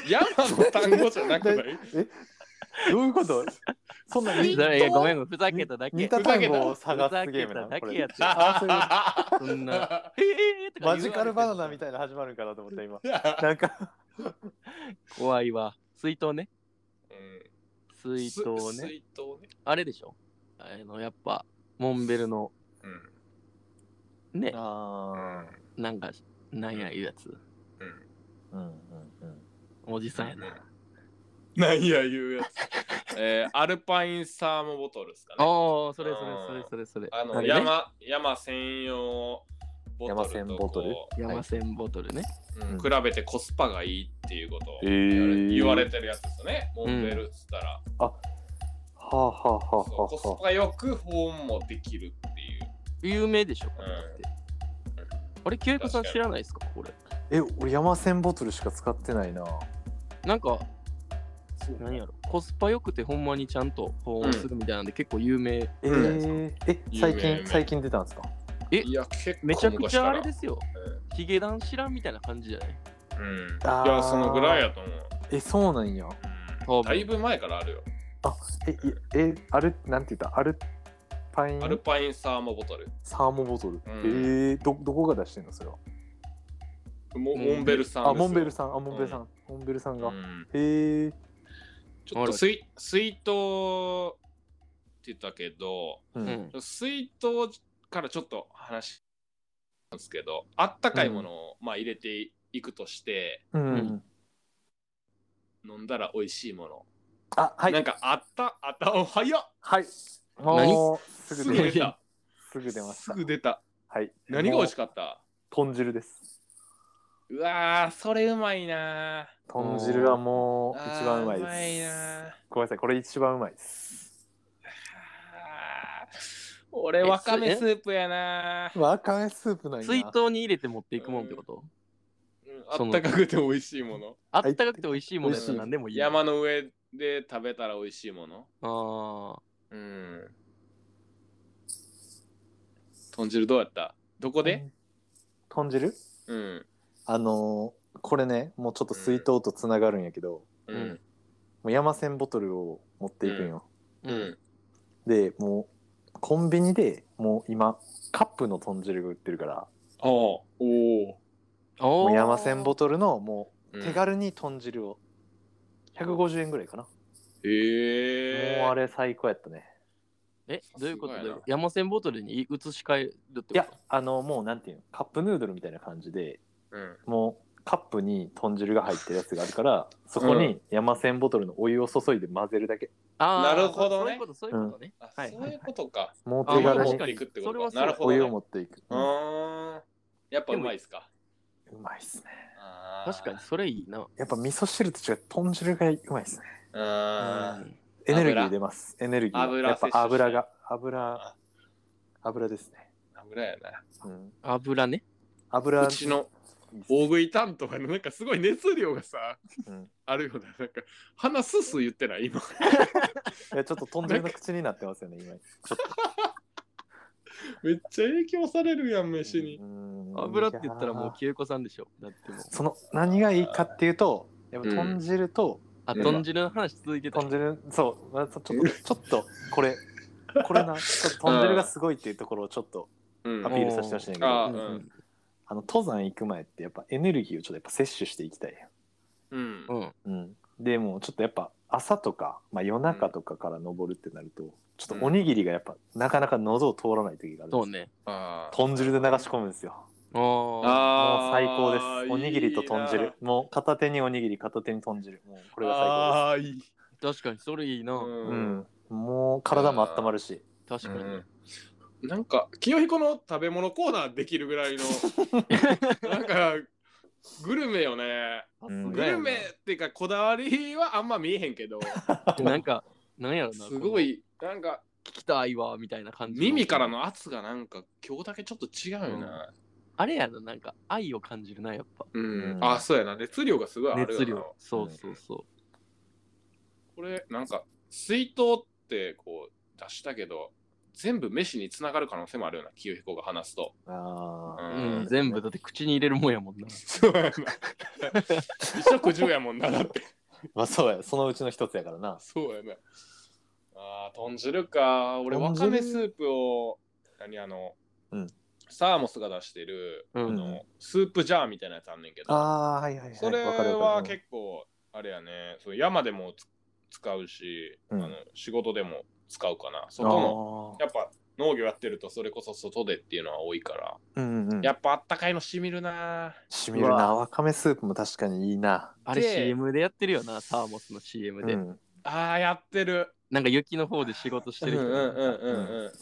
S1: 山の単語じゃなくない
S4: どういうことそんな
S2: そ
S4: に
S2: れいやごめん、ふざけただ
S4: 似
S2: け。
S4: た
S2: ふ
S4: 単語を探すゲームな
S2: ざけただ
S4: のこ
S2: け
S4: れ
S2: やつ。
S4: あそういう
S2: そんな。ええとか言わ
S4: マ
S2: れて
S4: ジカルバナナみたいなの始まるんかなと思った今。
S1: う
S4: なんか、
S2: 怖いわ。水筒ね。
S1: ん
S2: 水筒ね。
S1: 水筒ね
S2: あれでしょあの、やっぱ、モンベルの、
S1: うん
S2: ね、
S4: あ
S2: なんか、なんやいうやつ。
S4: ーうんうん
S2: おじさんやな。
S1: なんや言うやつ。 えー、アルパインサーモボトルですかね。
S2: ああ、それそれそれそれそれ。
S1: あの
S2: れね
S1: 山山専用ボトルとこう
S4: 山専ボトル
S2: 山線ボトルね。
S1: うん、比べてコスパがいいっていうことを
S4: え
S1: 言われ,、
S4: ー
S1: てるやつですよね。モンベルっつったら、
S4: はあはあはあ
S1: そう
S4: は
S1: コ
S4: あ
S1: スパよく保温もできるっていう。
S2: 有名でしょ、これだって。あれ、清彦さん
S1: 確かに
S2: 知らないですかこれ。
S4: え、俺山線ボトルしか使ってないな。
S2: なんか、
S1: そう
S2: 何やろコスパ良くてほんまにちゃんと保温するみたいなんで、結構有名
S4: え
S1: うん
S4: ー、え、最
S1: 有名有名
S4: 近、最近出たんですか
S2: え
S1: いや結構。
S2: めちゃくちゃあれですすよ
S1: う
S2: ヒゲダン知らんみたいな感じじゃない
S1: ん。い
S4: あー
S1: やそのぐらいやと思う。
S4: え、そうなんや。
S1: うん
S2: 多分
S1: だいぶ前からあるよ。
S4: あ、え、いえ、ある、なんて言ったアルパイン
S1: アルパインサーモボトル。
S4: サーモボトル。
S1: う
S4: え
S1: ん
S4: ー、どどこが出してんのそれは。
S1: モモンベルさんです
S4: あ、
S1: よ。
S4: モンベルさん、あ、モンベルさん、モンベルさんが。
S1: うん
S4: へえ。
S1: ちょっと水水筒って言ったけど、
S4: う。
S2: うんん。
S1: 水筒からちょっと話なんですけど、あったかいものを、まあ入れていくとして、
S4: うん。
S1: 飲んだら美味しいもの。
S4: あ、はい
S1: な。んかあった、あった、お早っ
S4: はい。
S2: 何
S4: もう、す
S1: す
S4: ぐ
S1: ぐ
S4: 出ま
S1: 出。
S4: したすぐ出まし
S1: す
S4: た。
S1: ぐ出た。
S4: はい。
S1: 何が美味し
S4: か
S1: かった
S4: 豚汁です。
S1: うわー、それうまいな
S4: 豚汁はも
S1: ー。
S4: う一番うまい
S1: あーうまい
S4: で
S1: な
S4: す。
S1: ー
S4: ごめんなさい、これ一番うまいです。
S1: あー俺、わかめスープやなー。
S4: わかめスープなんや。
S2: 水筒に入れて持っていくもんってこと
S1: うんあ
S2: そ
S1: っ
S2: の
S1: たかくて美味しいもの。
S2: あったかくて美味しいものやった
S4: 美味しい
S2: ら何でもいい。あ
S1: 山の上で食べたら美味しいもの。
S2: あ。
S1: うん。豚汁どうやったどこで
S4: 豚汁
S1: うん。
S4: あのー、これね、もうちょっと水筒とつながるんやけど、
S1: うん。
S4: もう山千ボトルを持っていくんよ。
S1: うん。
S4: で、もう、コンビニでもう今、カップの豚汁が売ってるから、
S1: ああ。おお。
S2: お
S4: も
S2: ー
S4: う山千ボトルのも
S1: う
S4: うん手軽に豚汁を、150円ぐらいかな。
S1: へえ。
S4: もうあれ最高やったね。
S2: え、どういうこと
S1: さすがやな
S2: 山千ボトルに移し替えるってこと
S4: いや、あの、もうなんていうの、カップヌードルみたいな感じで、
S1: うん。
S4: もうカップに豚汁が入ってるやつがあるから、そこに山千ボトルのお湯を注いで混ぜるだけ。
S2: あー
S1: なるほどね
S2: そうそういうことね。
S1: あ
S4: はい
S1: そういうことか。
S4: もう
S2: あ
S4: 手
S2: まあ
S4: 軽
S1: 持
S2: 確
S1: ってい
S2: かに
S4: に
S1: くってこ
S2: それは
S1: と
S2: そ
S1: か。
S2: う
S1: なるほ
S4: お湯を
S1: どね。
S4: 持っていく。
S1: う
S4: うん
S1: ーん。やっぱうまいっすか。
S4: うまいっすね。
S1: あー
S2: 確かに。それいいな。
S4: やっぱ味噌汁と違って豚汁がうまいっすね。
S1: あ
S2: うん
S4: エネルギ
S1: 油
S4: ー出ます。エネルギー。
S1: 油
S4: やっぱ
S1: 摂取して
S4: 油が、油
S1: あ、
S4: 油ですね。
S1: あ。油やな。
S4: うん、
S2: 油ね。
S4: 油
S1: うちの
S4: いいっす
S1: 大食い担当がなんかすごい熱量がさ、
S4: うん
S1: あるような。なんか鼻すす言ってない今。
S4: いやちょっと豚汁の口になってますよね、今。
S1: めっちゃ影響されるやん、飯に。
S4: うん
S2: 油って言ったらもう
S4: いやー
S2: 清子さんでしょ。だってもう。
S4: その、何がいいかっていうと、やっぱ
S1: うん
S4: 豚汁と、
S2: あ、豚汁の話続いてた。
S4: 豚汁、そう、まあちょっと、ちょっと、これ、これな、ちょっと豚汁がすごいっていうところをちょっと
S1: うん
S4: アピールさせてほしいんだけ
S1: あ
S4: ど、
S1: ーうん
S4: あの、登山行く前ってやっぱエネルギーをちょっとやっぱ摂取していきたいや
S1: う
S4: ん
S1: ん
S2: う。ん。
S4: うん、でもうちょっとやっぱ朝とか、まあ、夜中とかから登るってなると、ちょっとおにぎりがやっぱなかなか喉を通らない時があるん
S2: そ
S4: で
S2: う
S4: す、
S2: ね。
S1: あー
S4: 豚汁で流し込むんですよ
S2: あ
S4: もう
S1: あ
S4: 最
S1: ー
S4: 高ですおにぎりと豚汁
S1: いいな
S4: もう片手におにぎり片手に豚汁もうこれが最高
S1: あーいい。
S2: あ。確かにそれいいな。
S4: です、うん、もう体も温まるし
S2: 確かに。
S1: うんなんか清彦の食べ物コーナーできるぐ らいのなんかグルメよね
S4: うん
S1: グルメっていうかこだわりはあんま見えへんけ ど
S2: なんか、なんやろな。
S1: すごいなんか
S2: この。聞きたいわ、みたいな感じ。
S1: 耳から。の圧がなんか今日だけちょっと違うよな
S2: あれやな、なんか愛を感じるな、やっぱ。
S1: うん、
S4: うん
S1: あそうやな熱量がすごいあるよな
S2: 熱量。そうそうそ
S1: これなんか水筒ってこう出したけど全部飯につながる可能性もあるような清彦が話すと、
S4: あ
S1: う
S2: う。
S1: ん
S2: うん、全部だって口に入れるもんやもんな。
S1: そうやな一食十やもんなだっ て
S4: ーまあそうやそのうちの一つやからな
S1: そうやな。ああ、豚汁か。俺、わ
S4: 豚
S1: か
S4: 汁
S1: めスープを、何あの、
S4: うん
S1: サーモスが出してる、
S2: う
S1: あ
S2: ん。
S1: の、スープジャーみたいなやつあんねんけど、
S4: あーはいはいはい
S1: それ
S4: わかる
S1: は
S4: わかる
S1: 結構、あれやね、そう山でもつ使うし、
S4: うん
S1: あの、仕事でも使うかな。外の、
S4: あ
S1: やっぱ農業やってると、それこそ外でっていうのは多いから、
S4: ーうんうん
S1: やっぱあったかいのしみるな
S4: しみる
S11: う
S4: な
S11: わ
S4: わかめスープも確かにいいな
S2: あれ
S1: で
S2: CM でやってるよな、サーモスの CM で。
S4: うん
S1: ああ、やってる。
S2: なんか雪の方で仕事してる人
S1: うんうんうんうんうん。う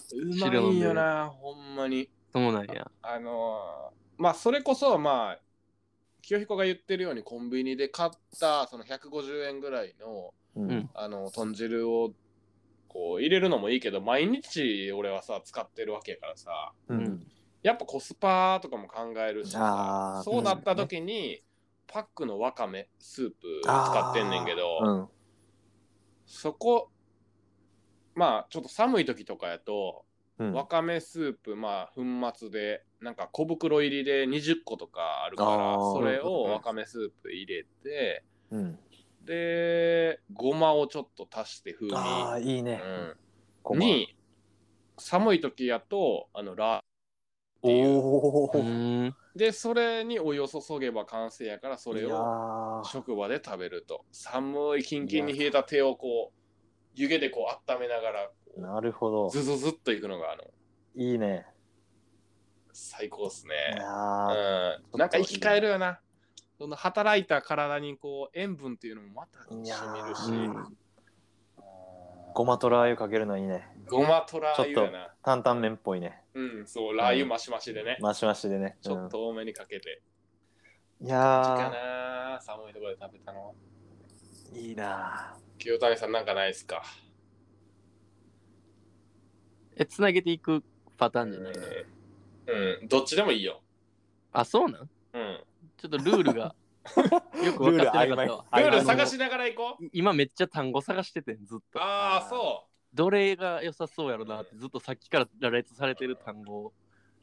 S1: まいよなほんまに。
S2: そうなんや。
S1: あのーまあそれこそまあ清彦が言ってるようにコンビニで買ったその150円ぐらいの
S4: うん
S2: うん
S1: あの豚汁をこう入れるのもいいけど毎日俺はさ使ってるわけやからさ
S4: うん
S2: うん
S1: やっぱコスパとかも考えるし
S4: あ
S1: さ
S4: ー
S1: そうなった時にパックのわかめスープ
S4: あー
S1: 使ってんねんけど、
S4: うん
S1: そこまあちょっと寒い時とかやと
S4: うん
S1: わかめスープまあ粉末でなんか小袋入りで20個とかあるから
S4: あー
S1: それを
S4: うん
S1: わかめスープ入れて
S4: うん、
S1: でごまをちょっと足して風
S4: ああ
S1: 味、
S4: いいね、
S1: う
S4: ご
S1: ん、
S4: ま
S1: に寒い時やとあのラー
S4: お
S2: う
S4: お
S2: ーん
S1: でそれにお湯を注げば完成やからそれ
S4: いや
S1: を
S4: ー
S1: 職場で食べると寒いキンキンに冷えた手をこう湯気でこう温めながら
S4: なるほど
S1: ズズズっといくのがあの
S4: いいね
S1: 最高っす
S4: い
S1: ね、
S4: や
S1: う
S4: ー
S1: ん、なんか生き返るよなその働いた体にこう塩分っていうのもまた染みるし、
S4: いや
S2: ー
S1: うん
S4: ごまとラー油かけるのいいね
S1: ごまとラー油やな
S4: 担々麺っぽいね
S1: うんそうラー油マシマシでね、
S4: マシマシでね、
S1: ちょっと多めにかけて
S4: うんい
S1: か
S4: や
S1: な寒いところで食べたの
S4: ーいいな
S1: 清谷さんなんかないですか
S2: えつなげていくパターンじゃない
S1: うん、うん、どっちでもいいよ
S2: あそうなん
S1: うん
S2: ちょっとルールがよく分かってなかったわ
S4: あ
S1: ルール
S4: あの
S1: 探しながら行こう
S2: 今めっちゃ単語探しててんずっと
S1: ああそ
S2: どれが良さそうやろなってずっとさっきから羅列されてる単語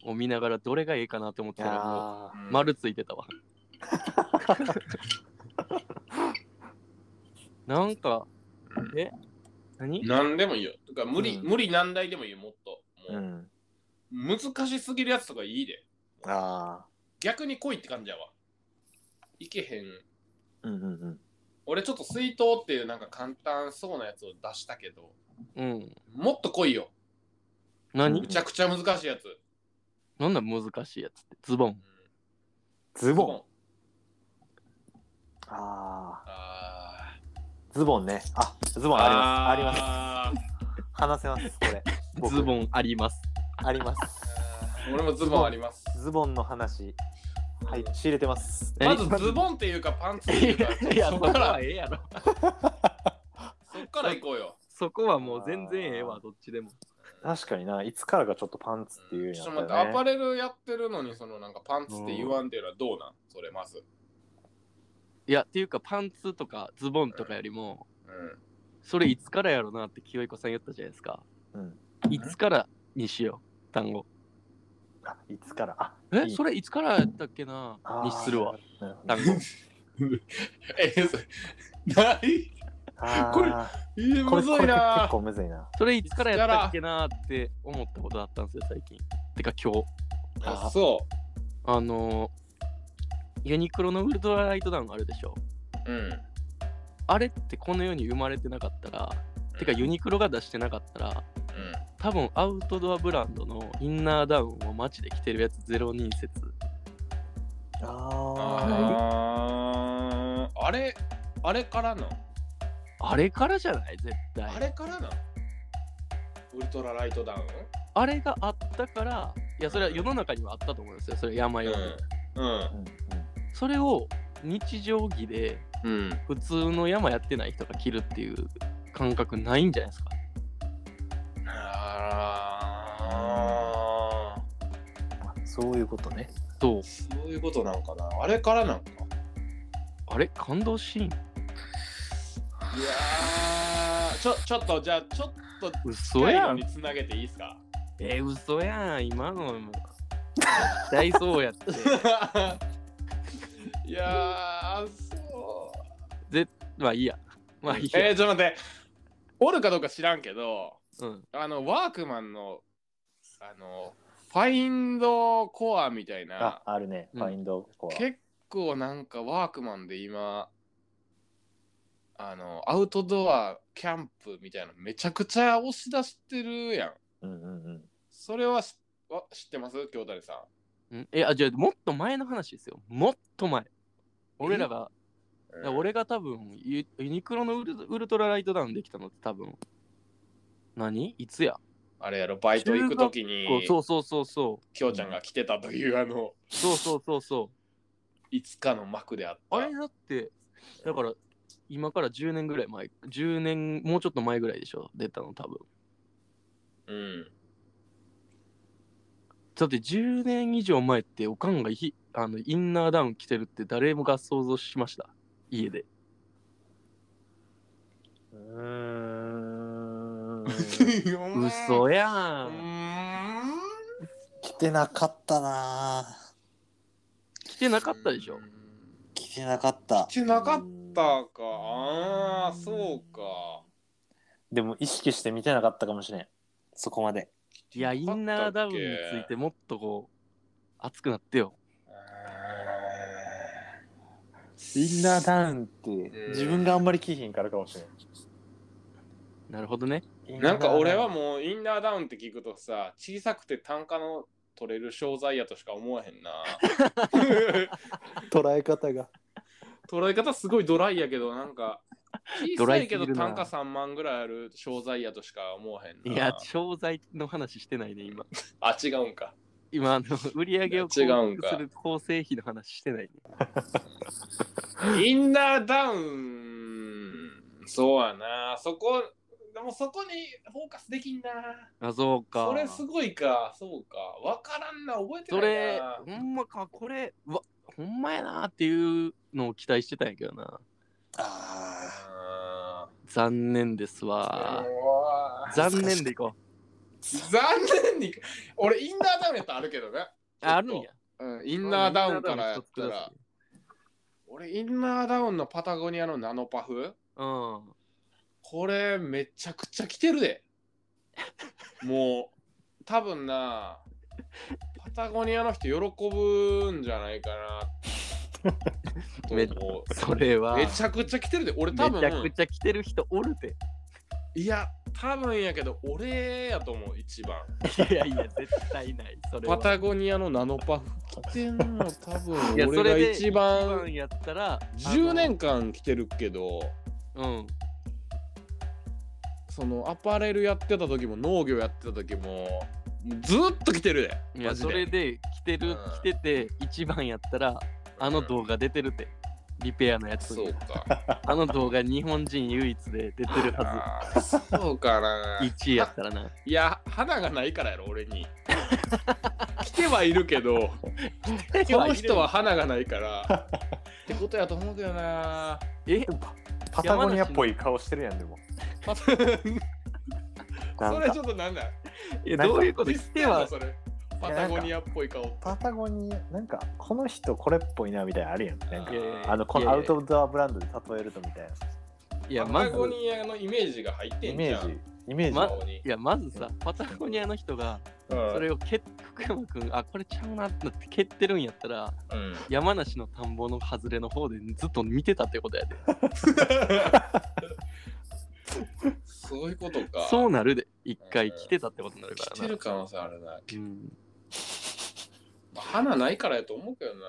S2: を見ながらどれがいいかなって思っ
S4: い
S2: てた
S4: や
S2: らもう
S4: ー
S1: う、
S2: 丸ついてた わなんかえ何
S1: 何でもいいよとか無理、
S4: うん
S1: 無理難題でもいいよもっと
S4: う
S1: も
S4: ん
S1: う難しすぎるやつとかいいで
S4: あ
S1: 逆に来いって感じやわいけへん
S4: あうんうんうん
S1: 俺ちょっと水筒っていうなんか簡単そうなやつを出したけど
S2: うん
S1: もっと来いよ
S2: 何
S1: むちゃくちゃ難しいやつ、
S2: なんだ難しいやつってズボン
S4: ズ
S1: ズ
S4: ボン
S1: ン
S4: ああ
S1: あ
S4: ズボンねあズボン
S1: あ
S4: ありますあ
S1: あり
S4: ります
S1: ます
S4: 話せますこれ僕
S2: ズボンあります
S4: あります
S1: 俺もズボンあります
S4: ズボンの話はい仕入れてます
S1: まずズボンっていうかパンツっていうか
S2: いや
S1: そ
S2: そ
S1: っ
S2: こ
S1: から
S2: はええやろ
S1: そっから行こうよ
S2: そこはもう全然ええわどっちでも
S4: 確かにないつからかちょっとパンツっていう
S1: ちょ
S4: よ
S1: っ
S4: う
S1: と待
S4: に
S1: っ、
S4: なってたよ
S1: ア
S4: ね
S1: パレルやってるのに、そのなんかパンツって言わんっていうのはどうなんそれまず。
S2: いやっていうかパンツとかズボンとかよりも
S1: うん。
S2: それいつからやろなって清彦さん言ったじゃないですか
S4: うん
S2: いつからにしよう単語
S4: あいつからあ
S2: え
S4: いい
S2: それいつからやったっけな
S4: あー
S2: にするわ
S4: なるほど
S2: 単語
S1: え、そない
S4: あー
S1: これえ、
S4: こ
S1: む
S4: れ
S1: ず
S4: これ
S1: い
S4: 結
S1: な
S4: 構むずいな
S2: それいつからやったっけなーって思ったことあったんですよ最近てか今日
S1: あ、そ
S2: あのーユニクロのウルトラライトダウンあるでしょ
S1: う。うん。
S2: あれってこの世に生まれてなかったらてかユニクロが出してなかったら
S1: うん。
S2: 多分アウトドアブランドのインナーダウンを街で着てるやつ02説
S4: あ
S1: あーあれ、あれからの
S2: あれからじゃない絶対
S1: あ
S2: あれ
S1: れからのウルトラライトダウン
S2: があったからいやそれは世の中にはあったと思うんですよそれ山よ、
S1: うん
S4: ー。うん
S2: それを日常着で
S1: うん。うん。
S2: 普通の山やってない人が着るっていう感覚ないんじゃないですか
S1: ああ。
S4: うんそういうことね
S2: そう
S1: そういうことなんかな。あれからなんか。いや
S2: あれ感動シーン
S1: ー、ちょ、ちょっと、じゃあ、ちょっと
S2: 嘘やん
S1: につなげていいですか
S2: えー、嘘やん今のも絶対そうやって
S1: いやー、そう。
S2: まあいいやまあいいや、
S1: えー、ちょっと待って。おるかどうか知らんけど、
S2: うん
S1: あの、ワークマンの、あの、ファインドコアみたい
S4: あ
S1: な、
S4: あるね
S2: う
S4: フ
S2: ん
S4: ァインドコア
S1: 結構なんかワークマンで今、あの、アウトドアキャンプみたいな、めちゃくちゃ押し出してるやん。
S4: うんうんうん
S1: それはしわ知ってます京谷さん。
S2: うん、えあじゃあもっと前の話ですよもっと前俺らがいや俺が多分ユユニクロのウルウルトラライトダウンできたのって多分何いつや、
S1: あれやろ、バイト行くときに、
S2: こうそうそうそうそう
S1: きょうちゃんが来てたという、あの、
S2: そうそうそうそう
S1: いつかの幕であった。
S2: あれだって、だから、今から10年ぐらい前、10年、もうちょっと前ぐらいでしょ、出たの、多分。
S1: うん。
S2: だって10年以上前って、おかんがひあのインナーダウン着てるって誰もが想像しました。家で。
S4: うーん
S2: 嘘や。
S1: うんん。
S12: 来てなかったなぁ
S2: 着てなかったでしょ。
S12: 来てなかった
S1: 来てなかったか。ああ、そうか。
S4: でも意識して見てなかったかもしれん
S12: そこまで
S1: 来
S2: いや、インナーダウンについてもっとこう、熱くなってよ。
S4: インナーダウンって自分があんまり聞いひんからかもしれ
S2: なるほどね。
S4: ない。
S1: なんか俺はもうインナーダウンって聞くとさ、小さくて単価の取れる商材やとしか思わへ んな。
S7: 捉え方が。
S1: 捉え方すごいドライやけど、なんか、小
S2: ド
S1: さ
S2: ラ
S1: い
S2: イ
S1: け
S2: すぎ
S1: ど
S2: るな
S1: 単価3万ぐらいある商材やとしか思わへんな。
S2: いや、商材の話してないね、今。
S1: あ、違うんか。
S2: 今、あの売り上げを
S1: 違うんか
S2: する構成費の話してないね。
S1: インナーダウン、そうやな。そこ、でもそこにフォーカスできんな。
S2: あ、そうか。
S1: それすごいか、そうか。わからんな、覚えて
S2: そ
S1: ない
S2: れ
S1: な。、
S2: ほんまか、これ、うわ、ほんまやなっていうのを期待してたんやけどな。
S1: あ
S2: 残念です
S1: あ
S2: わ。残念でいこう。
S1: 残念に俺インナーダウンやったらあるけどね、
S2: ああるんや。
S1: うん、インナーダウンからやった
S2: インナーダウン一つくださ
S1: ら
S2: い
S1: 俺インナーダウンのパタゴニアのナノパフ
S2: うん。
S1: これめちゃくちゃ来てるでもう多分なパタゴニアの人喜ぶんじゃないかなと
S2: め
S1: 思う
S2: それは。
S1: めちゃくちゃ来てるで俺多
S2: めちゃく
S1: 分
S2: ちゃ来てる人おるて。
S1: いや多分やけど俺やと思う一番
S2: いやいや、絶対ない。それは
S1: パタゴニアのナノパフ来てんの多分
S2: い
S1: 俺
S2: やそ
S1: が
S2: れで
S1: 一番
S2: やったら、
S1: 10年間来てるけど
S2: あの。うん。
S1: そのアパレルやってた時も農業やってた時ももうずっと来てる
S2: い
S1: で
S2: や
S1: マジ
S2: そ
S1: で
S2: れで来てる、
S1: うん
S2: 来てて一番やったらあの動画出てるて、リペアのやつ
S1: そうか
S2: あの動画日本人唯一で出てるは
S1: あー そうかな
S2: ず1位やったらない
S1: や花がないからやろ俺に 来てはいるけどこの人は花がないからってことやと思うけどな
S2: え
S4: パタゴニアっぽい顔してるやんでも。
S1: パタそ
S4: なん
S1: れ
S4: か
S1: ちょっとなんだ
S2: えどういうこと
S1: ディ
S2: 来
S1: スっててんの
S2: は
S1: それパタゴニアっぽい顔
S4: パタゴニアなんかこの人これっぽいなみたいなのあるやん。なんか
S2: いやいやいや
S4: あのこ
S2: い
S4: の
S2: やい
S4: ア
S2: や
S4: ウトドアブランドで例えるとみたい
S2: いや
S1: パ
S2: ま
S1: タ
S2: ず
S1: ゴニアのイメージが入ってん
S4: なイ
S1: じ
S4: メ
S1: ゃ
S4: ー
S1: ん
S4: ジ。イメージ
S2: ま
S4: は。
S1: 顔に
S2: いやまずさパタゴニアの人がそれを蹴っ福山君あこれちゃうなってなって蹴ってるんやったら
S1: うん
S2: 山梨の田んぼの外れの方でずっと見てたってことやで
S1: そういうことか
S2: そうなるで一回来てたってことになるか
S1: 来
S2: ら
S1: て
S2: な
S1: る可能性あるな
S2: うん
S1: まあ花ないからやと思うけどな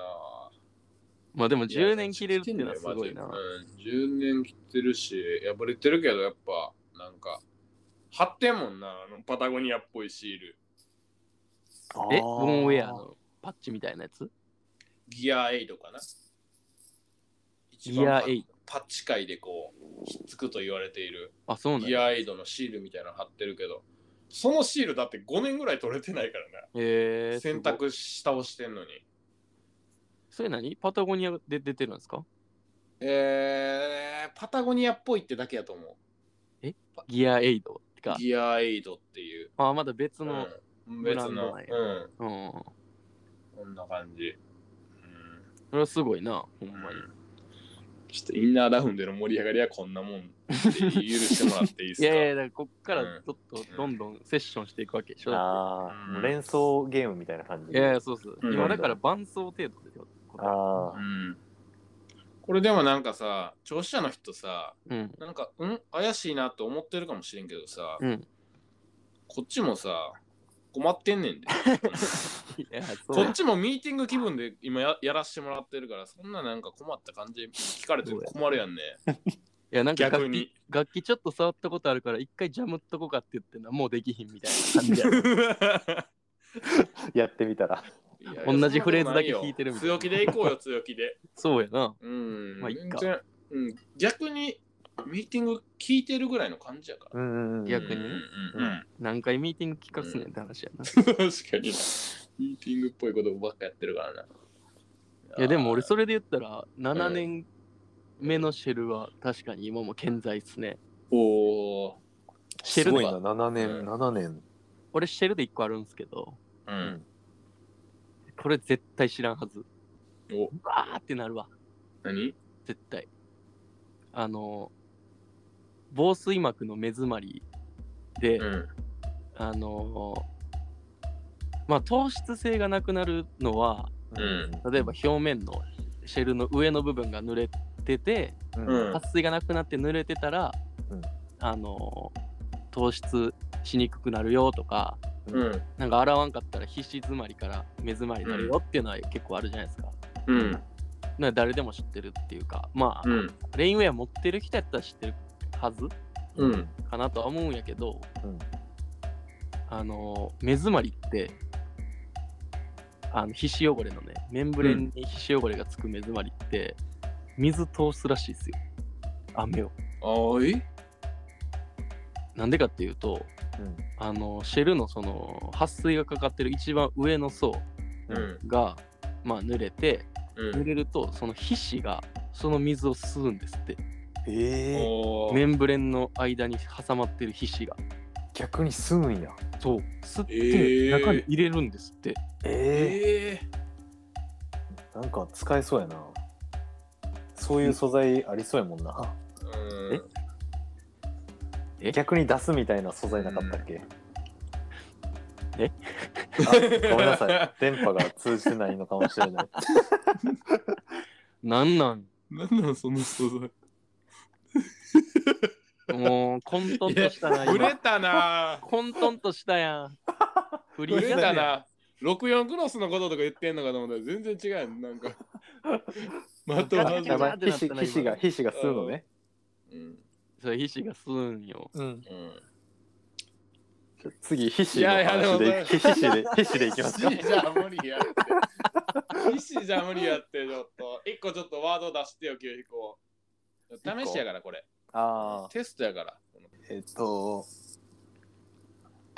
S2: まあでも10年切
S1: 切
S2: れるっていうのはすごい
S1: うん
S2: な。
S1: 10年切ってるし破れてるけどやっぱなんか貼ってんもんなあのパタゴニアっぽいシール
S2: え、
S4: あー
S2: ボンウェアのパッチみたいなやつ
S1: ギアエイドかな一
S2: ギア
S1: 番パ
S2: 8。
S1: パッチ界でこうひっつくと言われている
S2: あ、そうなん
S1: ギ
S2: や。
S1: アエイドのシールみたいなの貼ってるけどそのシールだって5年ぐらい取れてないからな
S2: えー、
S1: 洗
S2: すご
S1: 濯
S2: い。
S1: し倒してんのに
S2: それ何パタゴニアで出てるんですか
S1: えー、パタゴニアっぽいってだけやと思
S2: ギアエイド
S1: う
S2: か。
S1: ギアエイドっていう、
S2: あ、まだ別
S1: う
S2: の。
S1: ん、
S2: ブ
S1: 別
S2: ランド
S1: の
S2: なんや
S1: うん
S2: うん。
S1: こんな感じ、
S2: それはすごいな、ほん
S1: うん
S2: まに。
S1: ちょっとインナーダウンでの盛り上がりはこんなもんで許してもらっていいです
S2: い
S1: か
S2: やいや、だからこっから
S1: うん
S2: ちょっとどんどんセッションしていくわけでしょ。だ
S4: あー
S1: うん
S4: 連想ゲームみたいな感
S2: っ
S4: じ。
S2: ていやいや、そうそう。
S1: うん
S2: 今だから伴奏程度でってこと。
S4: あ
S1: う
S4: あ。
S1: ん、これでもなんかさ聴取者の人さ
S2: うん。
S1: なんかうん怪しいなと思ってるかもしれんけどさ、
S2: うん
S1: こっちもさ困ってんねんで
S2: いや、 そ
S1: こ
S2: う
S1: っ。ちもミーティング気分で今ややらしてもらってるからそんななんか困った感じで聞かれても困るやんね
S2: いや、なんか
S1: 逆
S2: 楽器
S1: に
S2: 楽器ちょっと触ったことあるから、一回ジャムっとこかって言ってんのもうできひんみたいな感じ や。
S4: やってみたら。
S1: いやいや
S2: 同じフレーズだけ聞いてるみたいな
S1: 強気でいこうよ強気で
S2: そうやな。
S1: うん、
S2: まあいっか
S1: 全然うん、逆にミーティング聞いてるぐらいの感じやから。
S4: うんうんうん。
S2: 逆にね
S1: うんうん
S2: 何回ミーティング企画すねんって話や
S1: うん、
S2: な。
S1: 確かに。ミーティングっぽいことばっかやってるからな。
S2: いやでも俺それで言ったら7年目のシェルは確かに今も健在っすね。
S1: おー
S2: シェ
S4: す
S2: ル
S4: ごい
S2: で
S4: な、7
S1: う
S4: 年、
S1: ん
S4: 7年。
S2: 俺シェルで1個あるんすけど、
S1: うん。
S2: これ絶対知らんはず。
S1: お、
S2: わーってなるわ、
S1: 何
S2: 絶対。あの、防水膜の目詰まりで、
S1: うん。
S2: あの、まあ糖質性がなくなるのは
S1: うん。
S2: 例えば表面のシェルの上の部分が濡れてて
S1: うん。
S2: 撥水がなくなって濡れてたら、
S4: うん
S2: あの糖質しにくくなるよとか
S1: うん。
S2: なんか洗わんかったら皮脂詰まりから目詰まりになるよっていうのは結構あるじゃないですか。
S1: うん。
S2: なんか誰でも知ってるっていうかまあ、
S1: うん。
S2: レインウェア持ってる人やったら知ってるはず
S1: うん。
S2: かなとは思うんやけど、
S4: うん
S2: あの目詰まりってあの皮脂汚れのねメンブレンに皮脂汚れがつく目詰まりって、水通すらしいですよ雨を
S1: ああ、い
S2: なんでかっていうと、
S4: うん
S2: あのシェルのその撥水がかかってる一番上の層
S1: うん。
S2: が、まあ、濡れて
S1: う
S2: 濡
S1: ん。
S2: れるとその皮脂がその水を吸うんですって
S4: ええ
S1: おー
S2: メンブレンの間に挟まってる皮脂が
S4: 逆にすむんや
S2: そう吸っ
S1: え
S2: て
S1: ー
S2: 中に入れるんですって、
S1: え
S4: ええなんか使えそうやなそういう素材ありそうやもんな
S1: えうん。
S2: え
S4: 逆に出すみたいな素材なかったっけ
S2: え
S4: あごめんなさい電波が通じてないのかもしれない
S2: なんなん
S1: なんなんその素 材。
S2: もう混沌としたな
S1: ぶれ
S2: 今
S1: たな。
S2: 混沌としたや んフリ
S1: ぶ
S2: ー
S1: れ
S2: ズ
S1: たな。64クロスのこととか言ってんのかと思ったら全然違うやん。なんか。まと
S2: ガ
S1: ま
S2: チ
S1: ず
S2: ャガチャ
S4: やばい
S2: ってなった
S4: 皮
S2: な
S4: 脂皮脂が皮脂が吸うのね
S1: うん。
S2: それ皮脂が吸うんよ
S13: うん。
S1: うん。
S4: 次皮脂の話
S1: いやいや
S4: で皮脂で皮脂でいきま すか
S1: 皮脂じゃ無理やって。皮脂じゃ無理やって、ちょっと。一個ちょっとワード出してよ、清彦。試しやから、これ。
S4: ああ
S1: テストやから。
S4: えっと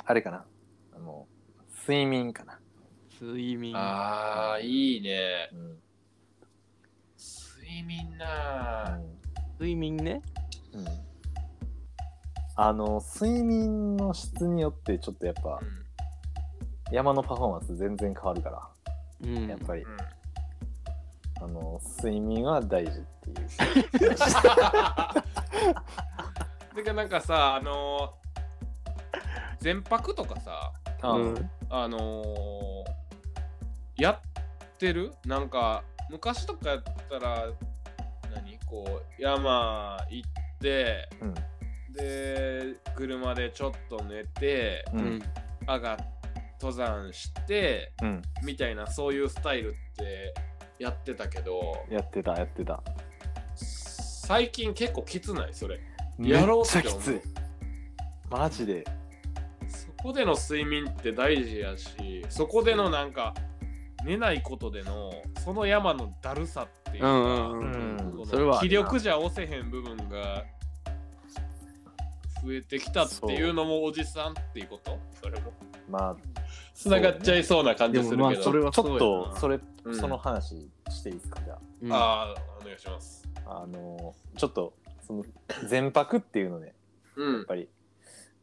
S4: あれかなあの睡眠かな、
S2: 睡眠
S1: ああ、いいね。
S4: うん
S1: 睡眠な
S2: 睡眠ね
S4: うん、あの睡眠の質によってちょっとやっぱ
S1: ぁ。うん
S4: 山のパフォーマンス全然変わるから、
S2: うん
S4: やっぱり
S1: うん
S4: あの睡眠は大事っていう
S1: てかなんかさあのー全泊とかさ
S2: うん
S1: あのーやってるなんか昔とかやったら何こう山行って、
S4: うん
S1: で車でちょっと寝て
S4: う
S2: うんん
S1: 上が登山して
S4: うん
S1: みたいなそういうスタイルってやってたけど
S4: やってたやってた
S1: 最近結構きつないそれ
S4: め
S1: や
S4: っ
S1: ろう
S4: ちゃ
S1: って
S4: き
S1: 思う
S4: ついマジで
S1: そこでの睡眠って大事やしそこでのなんか寝ないことでのその山のだるさっていうか、
S2: うんうんうん
S1: この
S2: それはあ
S1: 気
S2: るな
S1: 力じゃ押せへん部分が増えてきたっていうのもおじさんっていうことそれも
S4: まあ
S1: つながっちゃいそうな感じするけど、
S2: でもまあそれは
S4: ち
S2: そ
S4: ょ
S2: うや
S4: っ
S2: な
S4: とそれ、
S1: うん
S4: その話していいですかじゃあ
S2: うん
S1: ああお願いします
S4: あのちょっとその全泊っていうのね
S1: う
S4: やっ
S1: ん
S4: ぱり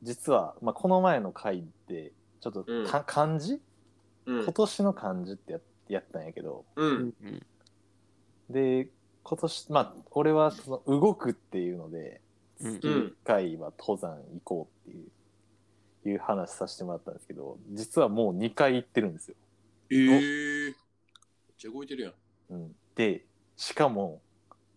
S4: 実は、まあ、この前の回でちょっと
S1: うん
S4: か漢字
S1: う
S4: 今
S1: ん
S4: 年の漢字ってややったんやけど
S1: うん
S2: うん
S4: で今年まあ俺はその動くっていうので
S2: うん
S4: 月1回は登山行こうっていう。いう話させてもらったんですけど実はもう2回行ってるんですよ。
S1: ええー、めっちゃ動いてるやん
S4: うん、でしかも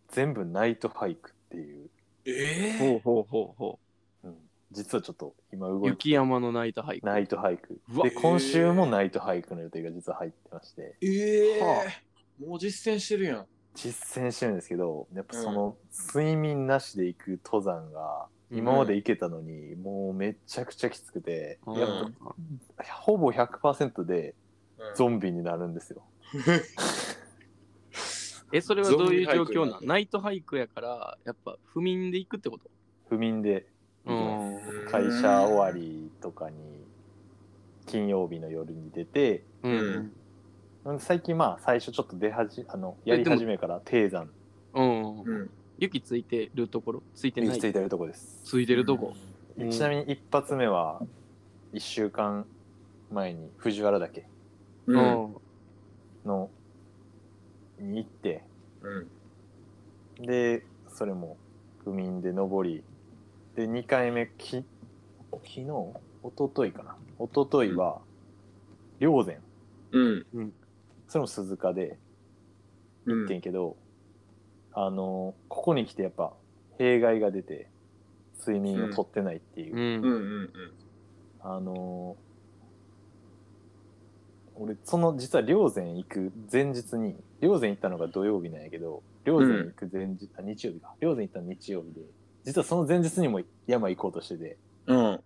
S4: 全部ナイトハイクっていう、
S1: え
S2: ほうほうほうほ
S4: うん、実はちょっと今動
S2: う
S4: いて
S2: 雪山のナイトハイク
S4: ナイトハイク
S2: うわ
S4: で今週もナイトハイクの予定が実は入ってまして
S1: ええー
S2: は
S1: もう実践してるやん
S4: 実践してるんですけどやっぱその睡眠なしで行く登山が今まで行けたのに、もうめちゃくちゃきつくて、
S2: うん
S4: やっぱほぼ100%で
S1: うん
S4: ゾンビになるんですよ。
S2: えそれはどうい
S1: ゾンビ
S2: う状
S1: ハイクに
S2: 況な
S1: なん
S2: ナイトハイクやからやっぱ不眠で行くってこと
S4: 不眠で
S2: う
S4: 行
S2: ん
S4: きます会社終わりとかに金曜日の夜に出て
S2: うんん
S4: 最近まあ最初ちょっと出始あのや
S2: え
S4: り
S2: でも
S4: 始めから低山
S2: う
S1: う
S2: ん、
S1: ん
S2: 雪ついてるところついて
S4: に
S2: ない
S4: ついてるとこです。
S2: ついてるとこ、うん
S4: ちなみに一発目は1週間前に藤原岳
S1: う
S2: うんん
S4: のに行って
S1: うん
S4: でそれも不眠で登りで2回目き昨日一昨日かな一昨日は、霊山
S1: うん。
S4: それも鈴鹿で
S1: うん
S4: 行ってんけど、あのここに来てやっぱ弊害が出て睡眠をとってないっていう、
S1: うんうん
S4: あの俺その実は霊山行く前日に霊山行ったのが土曜日なんやけど霊山行く前日、あ日曜日か霊山行ったの日曜日で実はその前日にも山行こうとしてて
S1: うん。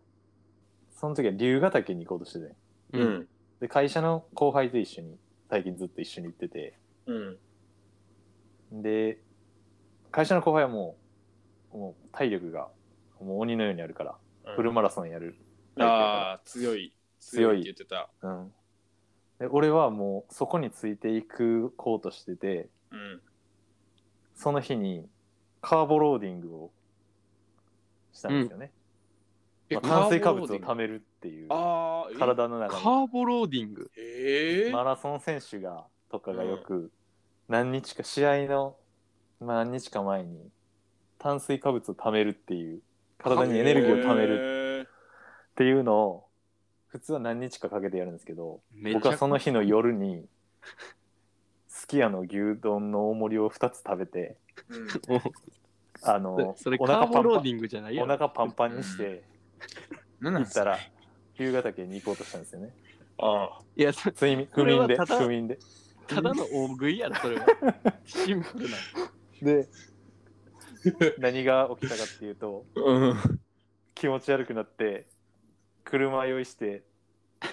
S4: その時は龍ヶ岳に行こうとしてて
S1: うん。
S4: で会社の後輩と一緒に最近ずっと一緒に行ってて、
S1: うん。
S4: で会社の後輩はもうもう体力がもう鬼のようにあるから、フルマラソンやる、
S1: ああ、強い。強いって言ってた。
S4: うん、で俺はもうそこについていくこうとしてて
S1: うん。
S4: その日にカーボローディングをしたんですよね、
S1: え
S4: まあ炭水化物を
S1: カーボローディング
S4: 貯めるっていう
S1: ああ、
S4: 体の中
S2: カ
S4: に
S2: ーボローディング。
S1: ええ
S4: マラソン選手がとかがよく何日か試合のまあ何日か前に炭水化物を貯めるっていう体にエネルギーを貯める
S1: る。
S4: っていうのを普通は何日かかけてやるんですけど
S2: めちゃ
S4: 僕はその日の夜にすき家の牛丼の大盛りを2つ食べて
S1: うん
S4: あの
S2: それ
S4: お
S2: カー
S4: 腹パ
S2: ボ
S4: ンパ
S2: ローデ
S4: ン
S2: ィングじゃない
S4: お
S2: よ。
S4: 腹パンパンにして
S1: なんな
S4: 行
S1: ん
S4: っ
S1: すか
S4: たら日ヶ岳に行こうとしたんですよね
S1: ああ
S2: いや、そ
S4: 睡眠
S2: こ
S4: 不
S2: れは
S4: 眠で
S2: ただ
S4: 不眠で
S2: ただの大食いやろ、そ れは。シンプルな。
S4: で何が起きたかっていうと
S1: うん。
S4: 気持ち悪くなって車用意して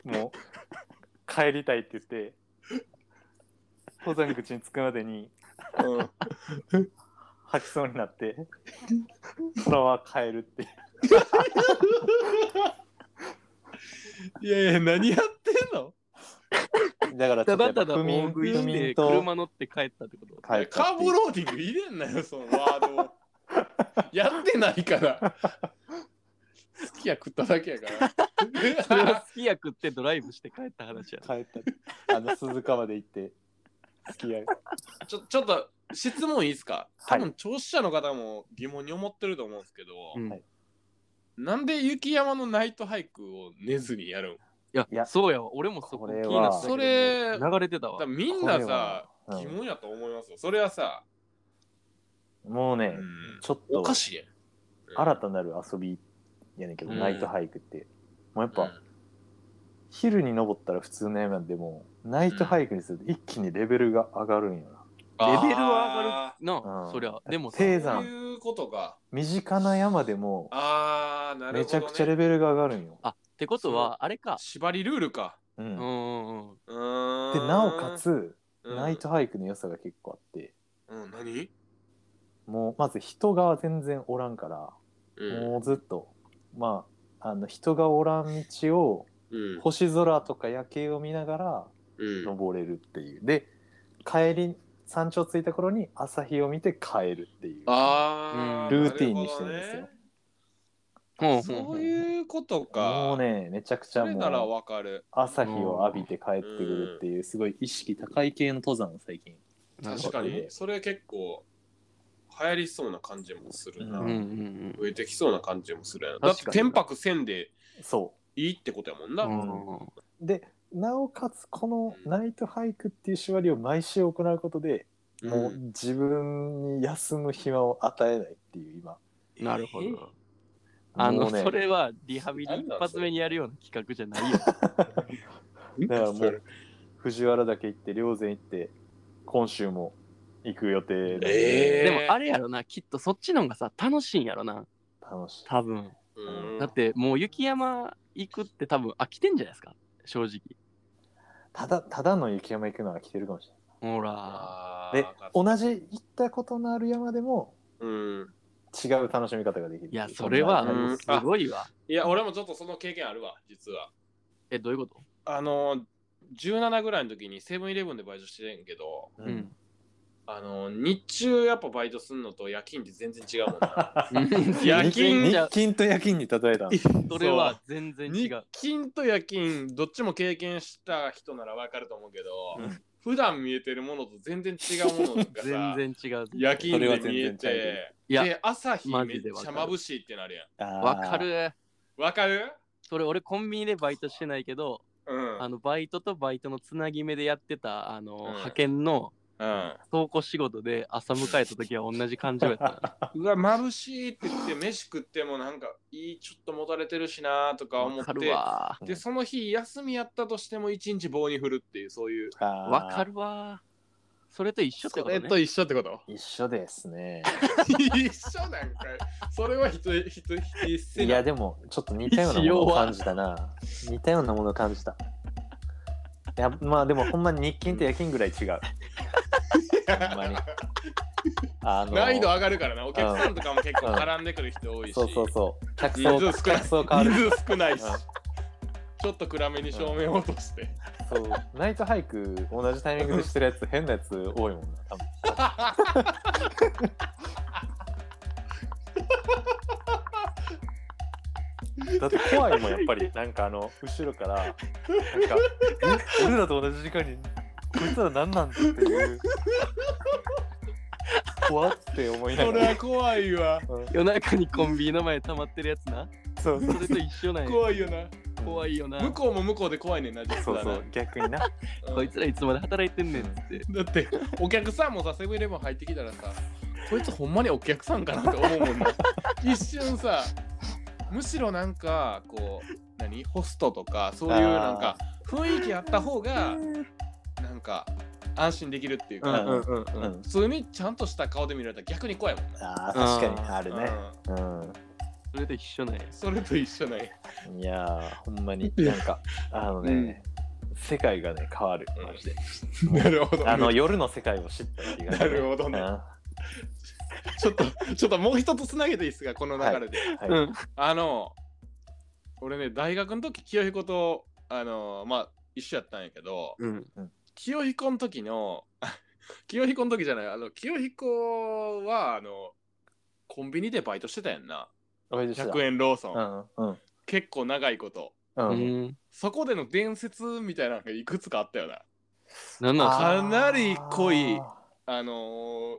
S4: もう帰りたいって言って登山口に着くまでに
S1: うん
S4: 吐きそうに なってそのまま帰るっていう
S1: いやいや、何やってんの
S4: だからち
S2: た
S4: ょっとや
S2: だた
S4: っぱ
S2: だ
S4: 不
S2: 大
S4: 眠
S2: 食い
S4: 不
S2: して
S4: 眠と
S2: 車乗って帰ったってこと。
S4: 帰った
S1: カ
S4: っ
S1: ー
S4: てい
S1: ボ
S4: う
S1: ローディング入れんなよ、そのワードを。 やってないから。好きや食っただけやから。
S2: それ は好きや食ってドライブして帰った話やろ。
S4: 帰ったあの鈴鹿まで行って付き合い
S1: ちょちょっと質問いいですか
S4: は
S1: 多
S4: い
S1: 分聴取者の方も疑問に思ってると思うんですけど、
S2: うん
S4: はい
S1: なんで雪山のナイトハイクを寝ずにやるん
S2: い
S4: いや
S2: や、そうやわ。俺もそこ
S4: こ
S2: 気
S4: れ
S2: に
S4: は
S2: なってた
S1: そ
S2: け
S1: れ
S2: ども流れてた
S1: 多
S2: わ。
S1: 分みんな
S4: これ
S1: さ
S4: は、うん
S1: 疑問やと思いますよそれはさ、
S4: もう
S1: う
S4: ね、
S1: ん、
S4: ちょっ
S1: お
S4: と
S1: かしいやん
S4: 新たなる遊びやねんけど、
S1: うん
S4: ナイトハイクってもうやっ
S1: う
S4: ぱ、
S1: ん
S4: 昼に登ったら普通の山でもナイトハイクにすると一気にレベルが上がるんよ
S2: レベルは上がるな
S4: う
S2: あ、
S4: ん
S2: そりゃ。でもさ、
S4: 低
S1: あーそう
S4: 山
S1: いうことか
S4: 身近な山でも
S1: あーなる
S4: め
S1: ほ
S4: ち
S1: ど、
S4: ゃ
S1: ね、
S4: くちゃレベルが上がるんよ、
S2: あ、ってことは、あれか。
S1: 縛りルールか
S4: う
S2: うんんうんうん。
S1: うーん
S4: でなおか、つ、
S1: うん
S4: ナイトハイクの良さが結構あって
S1: うん何、
S4: もうまず人が全然おらんから、
S1: うん
S4: もうずっとまああの人がおらん道を
S1: うん
S4: 星空とか夜景を見ながら
S1: うん、
S4: 登れるっていう、で帰り山頂着いた頃に朝日を見て帰るっていう
S1: あー、
S4: ルーティンにしてるんですよ
S1: なほどね
S2: ほうほうほ
S1: そうういうことか。
S4: もうねめちゃくち
S1: そ
S4: ゃ
S1: れなら
S4: もう
S1: わかる。
S4: 朝日を浴びて帰ってくるっていうすごい意識高い系の登山を最近
S2: なる
S1: 確
S2: ほ
S1: か
S2: ど
S1: に。それ結構流行りそうな感じもするな。
S4: う
S2: うんうん
S1: 増えてきそうな感じもするやん。だ
S4: 確かに
S1: って、天白線で
S4: そ
S1: いいってことやもん
S2: う
S1: な。
S2: ん。うん
S4: うでなおかつこのナイトハイクっていう縛りを毎週行うことで、もう自分に休む暇を与えないっていう今
S2: なるほど。あ
S4: も
S2: の、
S4: うね
S2: それはリハビリ一発目にやるような企画じゃないよ。
S4: だからもう藤原だけ行って霊山行って今週も行く予定なんで
S1: え
S2: でもあれやろな、きっとそっちの方がさ、楽しいんやろな、
S4: 楽しい、
S2: 多分。
S1: うん
S2: だってもう雪山行くって多分飽きてんじゃないですか、正直。
S4: ただただの雪山行くのが来てるかもしれ
S2: ほ
S1: あ
S2: ら。
S4: ないで同
S1: じ。
S4: じ行ったことのある山でも
S1: うん。
S4: 違う楽しみ方ができる
S2: いや、それは
S4: んな
S1: うん
S2: もうすごいわ。
S1: いや、俺もちょっとその経験あるわ、実は。
S2: え、どういう こと
S1: あの、17ぐらいの時にセブンイレブンでバイトしてんけど、
S4: う
S2: うんん。
S1: あの、日中やっぱバイトすんのと夜勤って全然違うもんな。夜勤
S4: 夜勤
S2: じゃ
S4: 日勤と夜勤に例えたの
S2: それは全然違
S1: 日
S2: う。
S1: 勤と夜勤どっちも経験した人ならわかると思うけど、
S4: うん
S1: 普段見えてるものと全然違うものがさ
S2: 全然違う。
S1: 夜勤で見え
S4: それは全然
S1: て
S2: いや
S1: で朝日め
S2: マ
S1: っ
S2: ジでわ
S1: ち
S2: か
S1: ゃ
S2: る
S1: 眩しいってなるや
S4: あー
S2: わかる。
S1: んわかる
S2: それ俺コンビニでバイトしてないけど、
S1: うん。
S2: あのバイトとバイトのつなぎ目でやってたあの、
S1: ん
S2: 派遣の
S1: うん。
S2: 倉庫仕事で朝迎えた時は同じ感情やった な
S1: うわ、眩しいって言って、飯食ってもなんか、いい、ちょっともたれてるしなとか思
S2: わ
S1: っ
S2: か
S1: て、
S2: るわ
S1: で、その日、休みやったとしても、一日棒に振るっていう、そういう。
S2: ー
S4: わ
S2: わかるわーそれと一緒って
S1: そ
S2: ことね
S1: れと一緒ってこと
S4: 一緒ですね。
S1: 一緒なんかいそれは人、人、一斉
S4: いや、でも、ちょっと似たようなものを感じたな。似たようなものを感じた。いや、まあでも、ほんまに日勤と夜勤ぐらい違う。ほんまに。あの
S1: 難易度上がるからな、お客さんとかも結構絡んでくる人多いし、
S4: そうそうそう。客層、
S1: 人数少ない
S4: 客層変わる。
S1: 人数少ないし
S4: うん、
S1: ちょっと暗めに照明を落として。
S4: そう。ナイトハイク、同じタイミングでしてるやつ、変なやつ多いもんな、多分。だって怖いもんやっぱりなんかあの後ろからなんか「え俺らと同じ時間にこいつら何なんだ」っていう怖って思いな
S1: そ
S4: が
S1: れ
S4: ら
S1: は怖いわ。
S2: 夜中にコンビニの前溜まってるやつな
S4: そうそう
S2: それと一緒なん や
S1: 怖いよな。
S2: 怖いよな
S1: 向こうも向こうで怖いねんな、実
S4: そう
S1: は
S4: そ
S1: な
S4: う。逆にな
S1: うん
S2: こいつらいつまで働いてんねんっつって
S1: だってお客さんもさセブンイレブン入ってきたらさこいつほんまにお客さんかなって思う もんな一瞬さむしろなんかこう何ホストとかそういう
S4: あー
S1: なんか雰囲気あった方がなんか安心できるっていうか、
S4: うん
S2: うん
S4: う
S2: うん
S4: ん
S1: 普通にちゃんとした顔で見られたら逆に怖いもんな、
S4: あー確かにあるね
S1: うん
S4: うん
S2: それと一緒なんや
S1: それと一緒ない
S4: いやーほんまになんかあのね、世界がね変わるマジで
S1: なるほど
S4: あの夜の世界を知った気が
S1: なるほど
S4: ほ
S1: ねちょっとちょっともう一つつなげていいっすかこの流れで、
S4: はい
S2: うん
S1: あの、俺ね、大学の時、清彦と、あの、まあ、一緒やったんやけど、
S2: うん
S1: 清彦の時の、 清彦の時じゃない、あの、清彦は、あの、コンビニでバイトしてたやんな。
S4: おいでした
S1: 100円ローソン。
S4: うんうん
S1: 結構長いこと。
S4: うん、
S2: うん
S1: そこでの伝説みたいなのがいくつかあったよな。
S2: なんなん
S1: かなり濃い、あのー、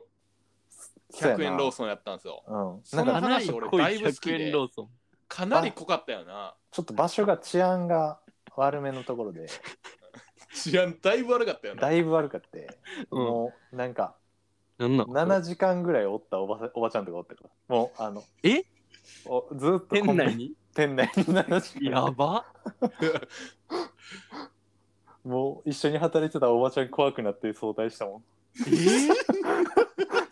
S1: 100円ローソンやったんですよ。
S4: うん、
S1: その
S2: かなり
S1: 話俺
S2: 濃
S1: だい
S2: い
S1: ぶ好き
S2: 100円
S1: で
S2: ローソン
S1: かなり濃かったよな。
S4: ちょっと場所が治安が悪めのところで
S1: 治安だいぶ悪かったよな。
S4: だいぶ悪かって、
S2: うん
S4: もうなんか
S2: なんなん
S4: 7時間ぐらいおったおばさおばちゃんとかおったからもうあの
S2: え
S4: おずっと
S2: 店内
S4: に
S2: に
S4: 店内に7時間
S2: やば
S4: もう一緒に働いてたおばちゃん怖くなって相対したもん
S2: えー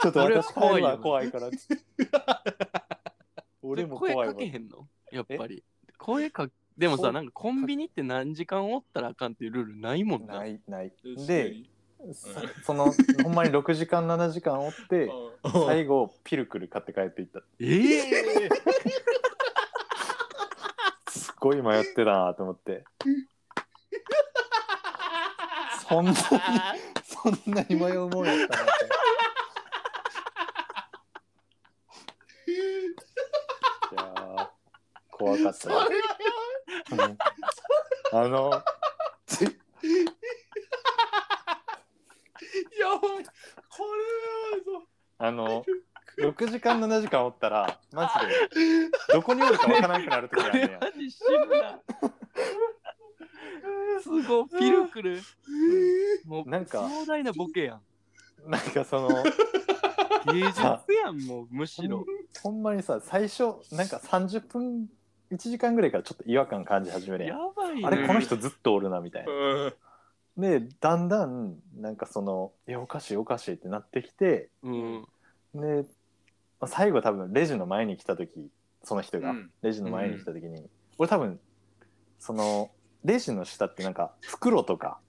S4: ちょっと
S2: 俺は
S4: 私
S2: 怖いよ
S4: 帰るわ怖いからっつって 俺も怖い
S2: 声
S4: わ
S2: かけへんのやっぱり声かでも
S4: そ
S2: さ
S4: う
S2: なんかコンビニって何時間おったらあかんっていうルールないもんな
S4: ないない
S1: 確か
S4: で
S1: に、
S4: そそのほんまに6時間7時間おって
S1: うん
S4: 最後ピルクル買って帰っていった
S2: ええ
S4: すっごい迷ってたなと思ってそんなにそんなに迷うもんやったなっていやー怖かったなうんあ
S1: や
S4: の
S1: ばいこれは
S4: あの6時間7時間おったらマジで どこにおるかわからなくなる時あるねんや
S2: マジ死ぬな。すごい、ピルクル。もう、
S4: なんか
S2: 壮大なボケやん。
S4: なんかその
S2: 芸術やん、もう、むしろ。
S4: ほんまにさ最初なんか30分1時間ぐらいからちょっと違和感感じ始めるや
S2: や
S4: ん
S2: ばい
S4: あれこの
S2: ね。
S4: 人ずっとおるなみたいな
S1: ぞ
S4: でだんだんなんかその「いやおかしいおかしい」ってなってきて
S2: うん。
S4: で、まあ最後多分レジの前に来た時その人が、
S1: うん
S4: レジの前に来た時に、俺多分そのレジの下ってなんか袋とか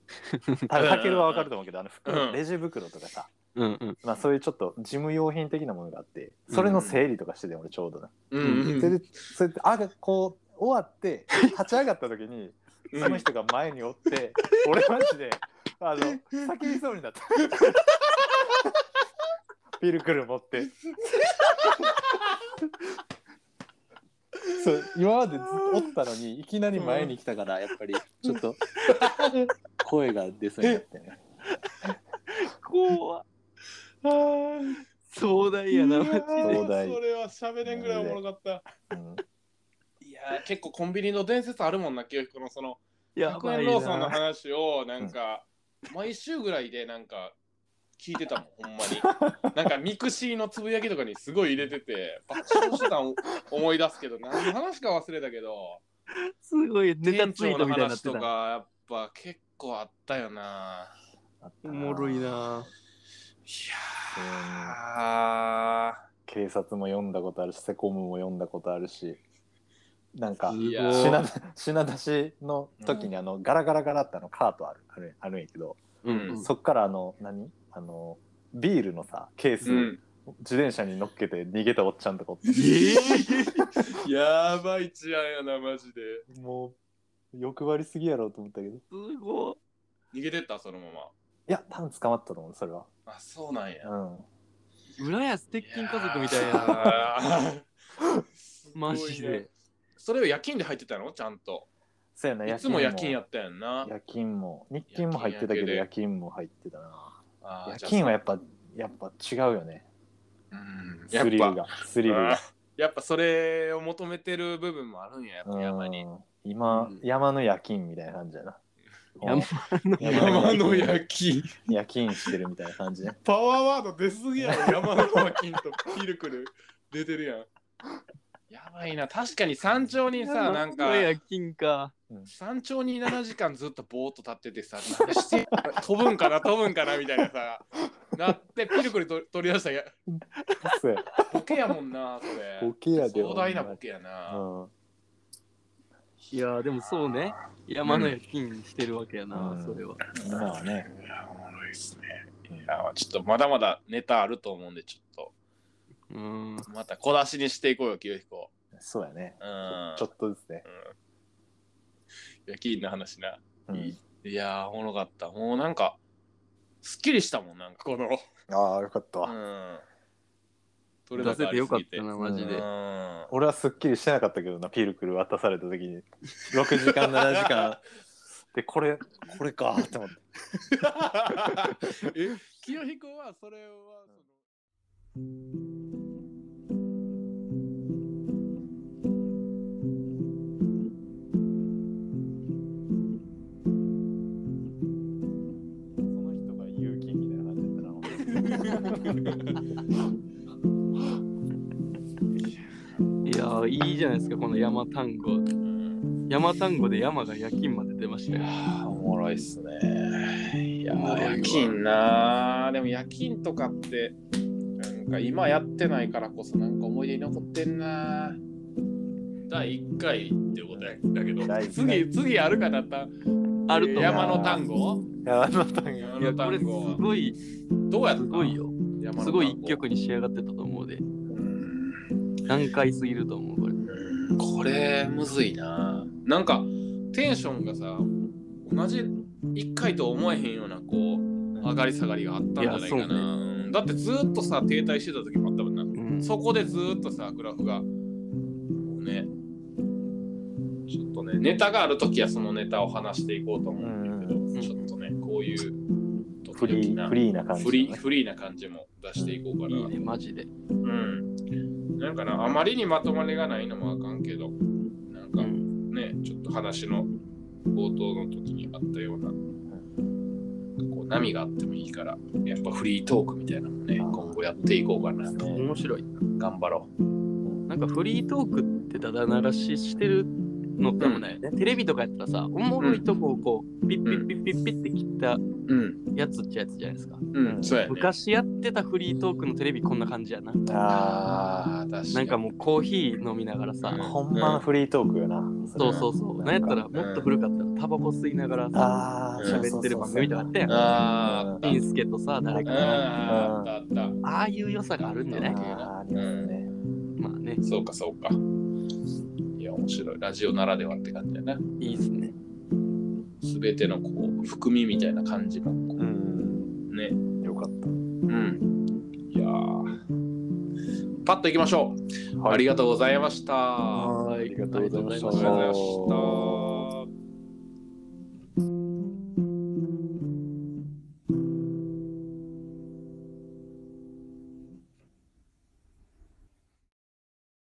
S4: 多分タケルはわかると思うけどあの袋、
S1: うん
S4: レジ袋とかさ、
S2: うんうん。
S4: まあ、そういうちょっと事務用品的なものがあってそれの整理とかしてて俺ちょうどな。
S1: うん
S4: それで、それで、あが、こう、終わって、立ち上がった時に、その人が前におって、俺マジで、あの、先にそうになった。ピルクル持って。そう、今までずっとおったのに、いきなり前に来たから、やっぱり、ちょっと、声が出そうになってね。
S2: 怖っ壮大やな、マジで。
S4: 壮大
S1: それは喋れんぐらいおもろかった
S4: うん
S1: いやー結構コンビニの伝説あるもんな清彦のその
S2: や
S1: 100円ローソンの話をなんか毎週ぐらいでなんか聞いてたもんほんまになんかミクシーのつぶやきとかにすごい入れてて爆笑してたん思い出すけど何の話か忘れたけど
S2: すごいネタ
S1: 店
S2: ツイー
S1: 長
S2: ト
S1: の
S2: みたいになっ
S1: 話
S2: て
S1: とか
S2: た。
S1: やっぱ結構あったよな
S2: おもろいな。
S1: いや
S4: 警察も読んだことあるしセコムも読んだことあるしなんか
S1: ーいやー
S4: 品品出しの時にあのガラガラガラってあのカートあるあるあるんやけど、
S1: うん
S4: そっからあの何あのビールのさケース、
S1: うん
S4: 自転車に乗っけて逃げたおっちゃんとかおって
S2: ええ
S1: やばい治安やなマジで
S4: もう欲張りすぎやろと思ったけどい
S2: すごい。
S1: 逃げてったそのまま
S4: や多分捕まったと思うそれは
S1: あそうなんや
S4: う
S2: 浦安鉄筋家族みたいな。
S1: な
S2: マジで。
S1: それを夜勤で入ってたのちゃんと
S4: んそうやない夜
S1: つも夜勤や
S4: や
S1: ったやんな
S4: 夜勤も日勤も入ってたけど
S1: 夜
S4: 夜勤も入ってたな
S1: あー
S4: 夜
S1: じゃあ
S4: 勤はやっぱやっぱ違うよね
S1: うん
S4: ス
S1: やっ
S4: リル
S1: ぱ
S4: がスリル
S1: あ
S4: が
S1: ーやっぱそれを求めてる部分もあるんややっぱ山に
S4: うん今、
S1: うん
S4: 山の夜勤みたいな感じやな
S2: 山
S4: の
S1: 山の夜勤
S4: 夜勤してるみたいな感じね
S1: パワーワード出すぎやろ山の夜勤とピルクル出てるやんやばいな確かに山頂にさなんか
S2: や金か。
S1: 山頂に7時間ずっとぼーっと立っててさ、なんかして飛ぶんかな、飛ぶんかなみたいなさ、なって、ピルクルと取り出したや
S4: そうや
S1: ボケやもんな、それ。
S4: ボケやで
S1: 壮大なボケやな。
S2: いやでもそうね。山の夜勤にしてるわけやな、
S4: うん
S2: それは。
S4: うん、今はね
S1: いや、おもろいっすね。いや、ちょっとまだまだネタあると思うんで、ちょ
S2: うん。
S1: っと、また小出しにしていこうよ、清彦。
S4: そうやね
S1: うん。
S4: ちょっとずつね、
S1: 夜勤の話な。
S4: うん
S1: いいやー、おもろかった。もうなんか、すっきりしたもん、なんかこの。
S4: ああよかったわ、
S1: うん。取
S2: 出せてよかった
S1: な
S2: な、マジで。
S1: うん
S4: 俺はすっきりしてなかったけどなピルクル渡された時に6時間7時間でこれこれかって思って
S1: え清彦はそれはその
S4: その人が勇気みたいな感じだったな俺
S2: いやーいいじゃないですか、この山単語。山単語で山が夜勤まで出ましたよ。
S1: おもろいっすねいやー夜勤なーでも夜勤とかってなんか今やってないからこそなんか思い出に残ってんな第1回ってことやだけ
S4: 第一回
S1: 次次あるかなった
S2: あると思
S1: 山の単語
S4: 山の単
S1: 山
S4: 語
S2: う。いや、
S1: の
S2: こ
S1: 単
S2: れす
S1: 語
S2: ごい、
S1: どうやった
S2: すごいよ。
S1: 山の単語
S2: すごい一曲に仕上がってたと思うで。
S1: うん
S2: 難解すぎると思う、これ。
S1: これむずいななんかテンションがさ同じ1回と思えへんようなこう上がり下がりがあったんじゃないか
S2: い
S1: な
S2: やそうね
S1: うんだってずっとさ停滞してた時もあったもんな
S2: うん。
S1: そこでずっとさグラフがこうねちょっとねネタがある時はそのネタを話していこうと思うんだけど、
S2: ん
S1: ちょっとねこういう
S4: フリ
S1: 時々
S4: ー
S1: な
S4: フリーな感じ、ね、
S1: フリーフリーな感じも出していこうかな、
S2: いいね、マジで。
S1: うん。なんかな、あまりにまとまりがないのもあかんけど、なんかね、ちょっと話の冒頭の時にあったような、こう波があってもいいから、やっぱフリートークみたいなのもね、今後やっていこうかな。
S2: 面白い。
S1: 頑張ろ
S2: なんかフリートークってだだならししてるのでもないね。テレビとかやったらさ、おもろいとこをこう、ピッピッピッピッピッって切った
S1: う。うん。
S2: やつっちゃやつじゃないですか。
S1: うん、そうやね。
S2: 昔やってたフリートークのテレビこんな感じやな。
S1: ああ、確かに。
S2: なんかもうコーヒー飲みながらさ、
S4: ほんまのフリートークよな、
S2: そうそうそう。なんやったら
S1: ん
S2: もっと古かったらタバコ吸いながらさ、
S4: ああ
S2: 喋ってる番組とかあったやん。
S1: ああ、あった。
S2: ピンスケとさ、誰
S1: うん
S2: かが。
S1: あったあった。
S2: ああいう良さがあるんじゃない
S4: あーありますね、
S2: まあね、
S1: そうか、そうか。いや、面白い。ラジオならではって感じだな。
S2: いいですね。
S1: すべてのこう、含みみたいな感じの、こう
S4: うん
S1: ね、
S4: よかっ
S1: うん。いやーパッと行きましょう、ありがとうございました。
S4: た。ありがとうございました。
S1: ありがとうございました。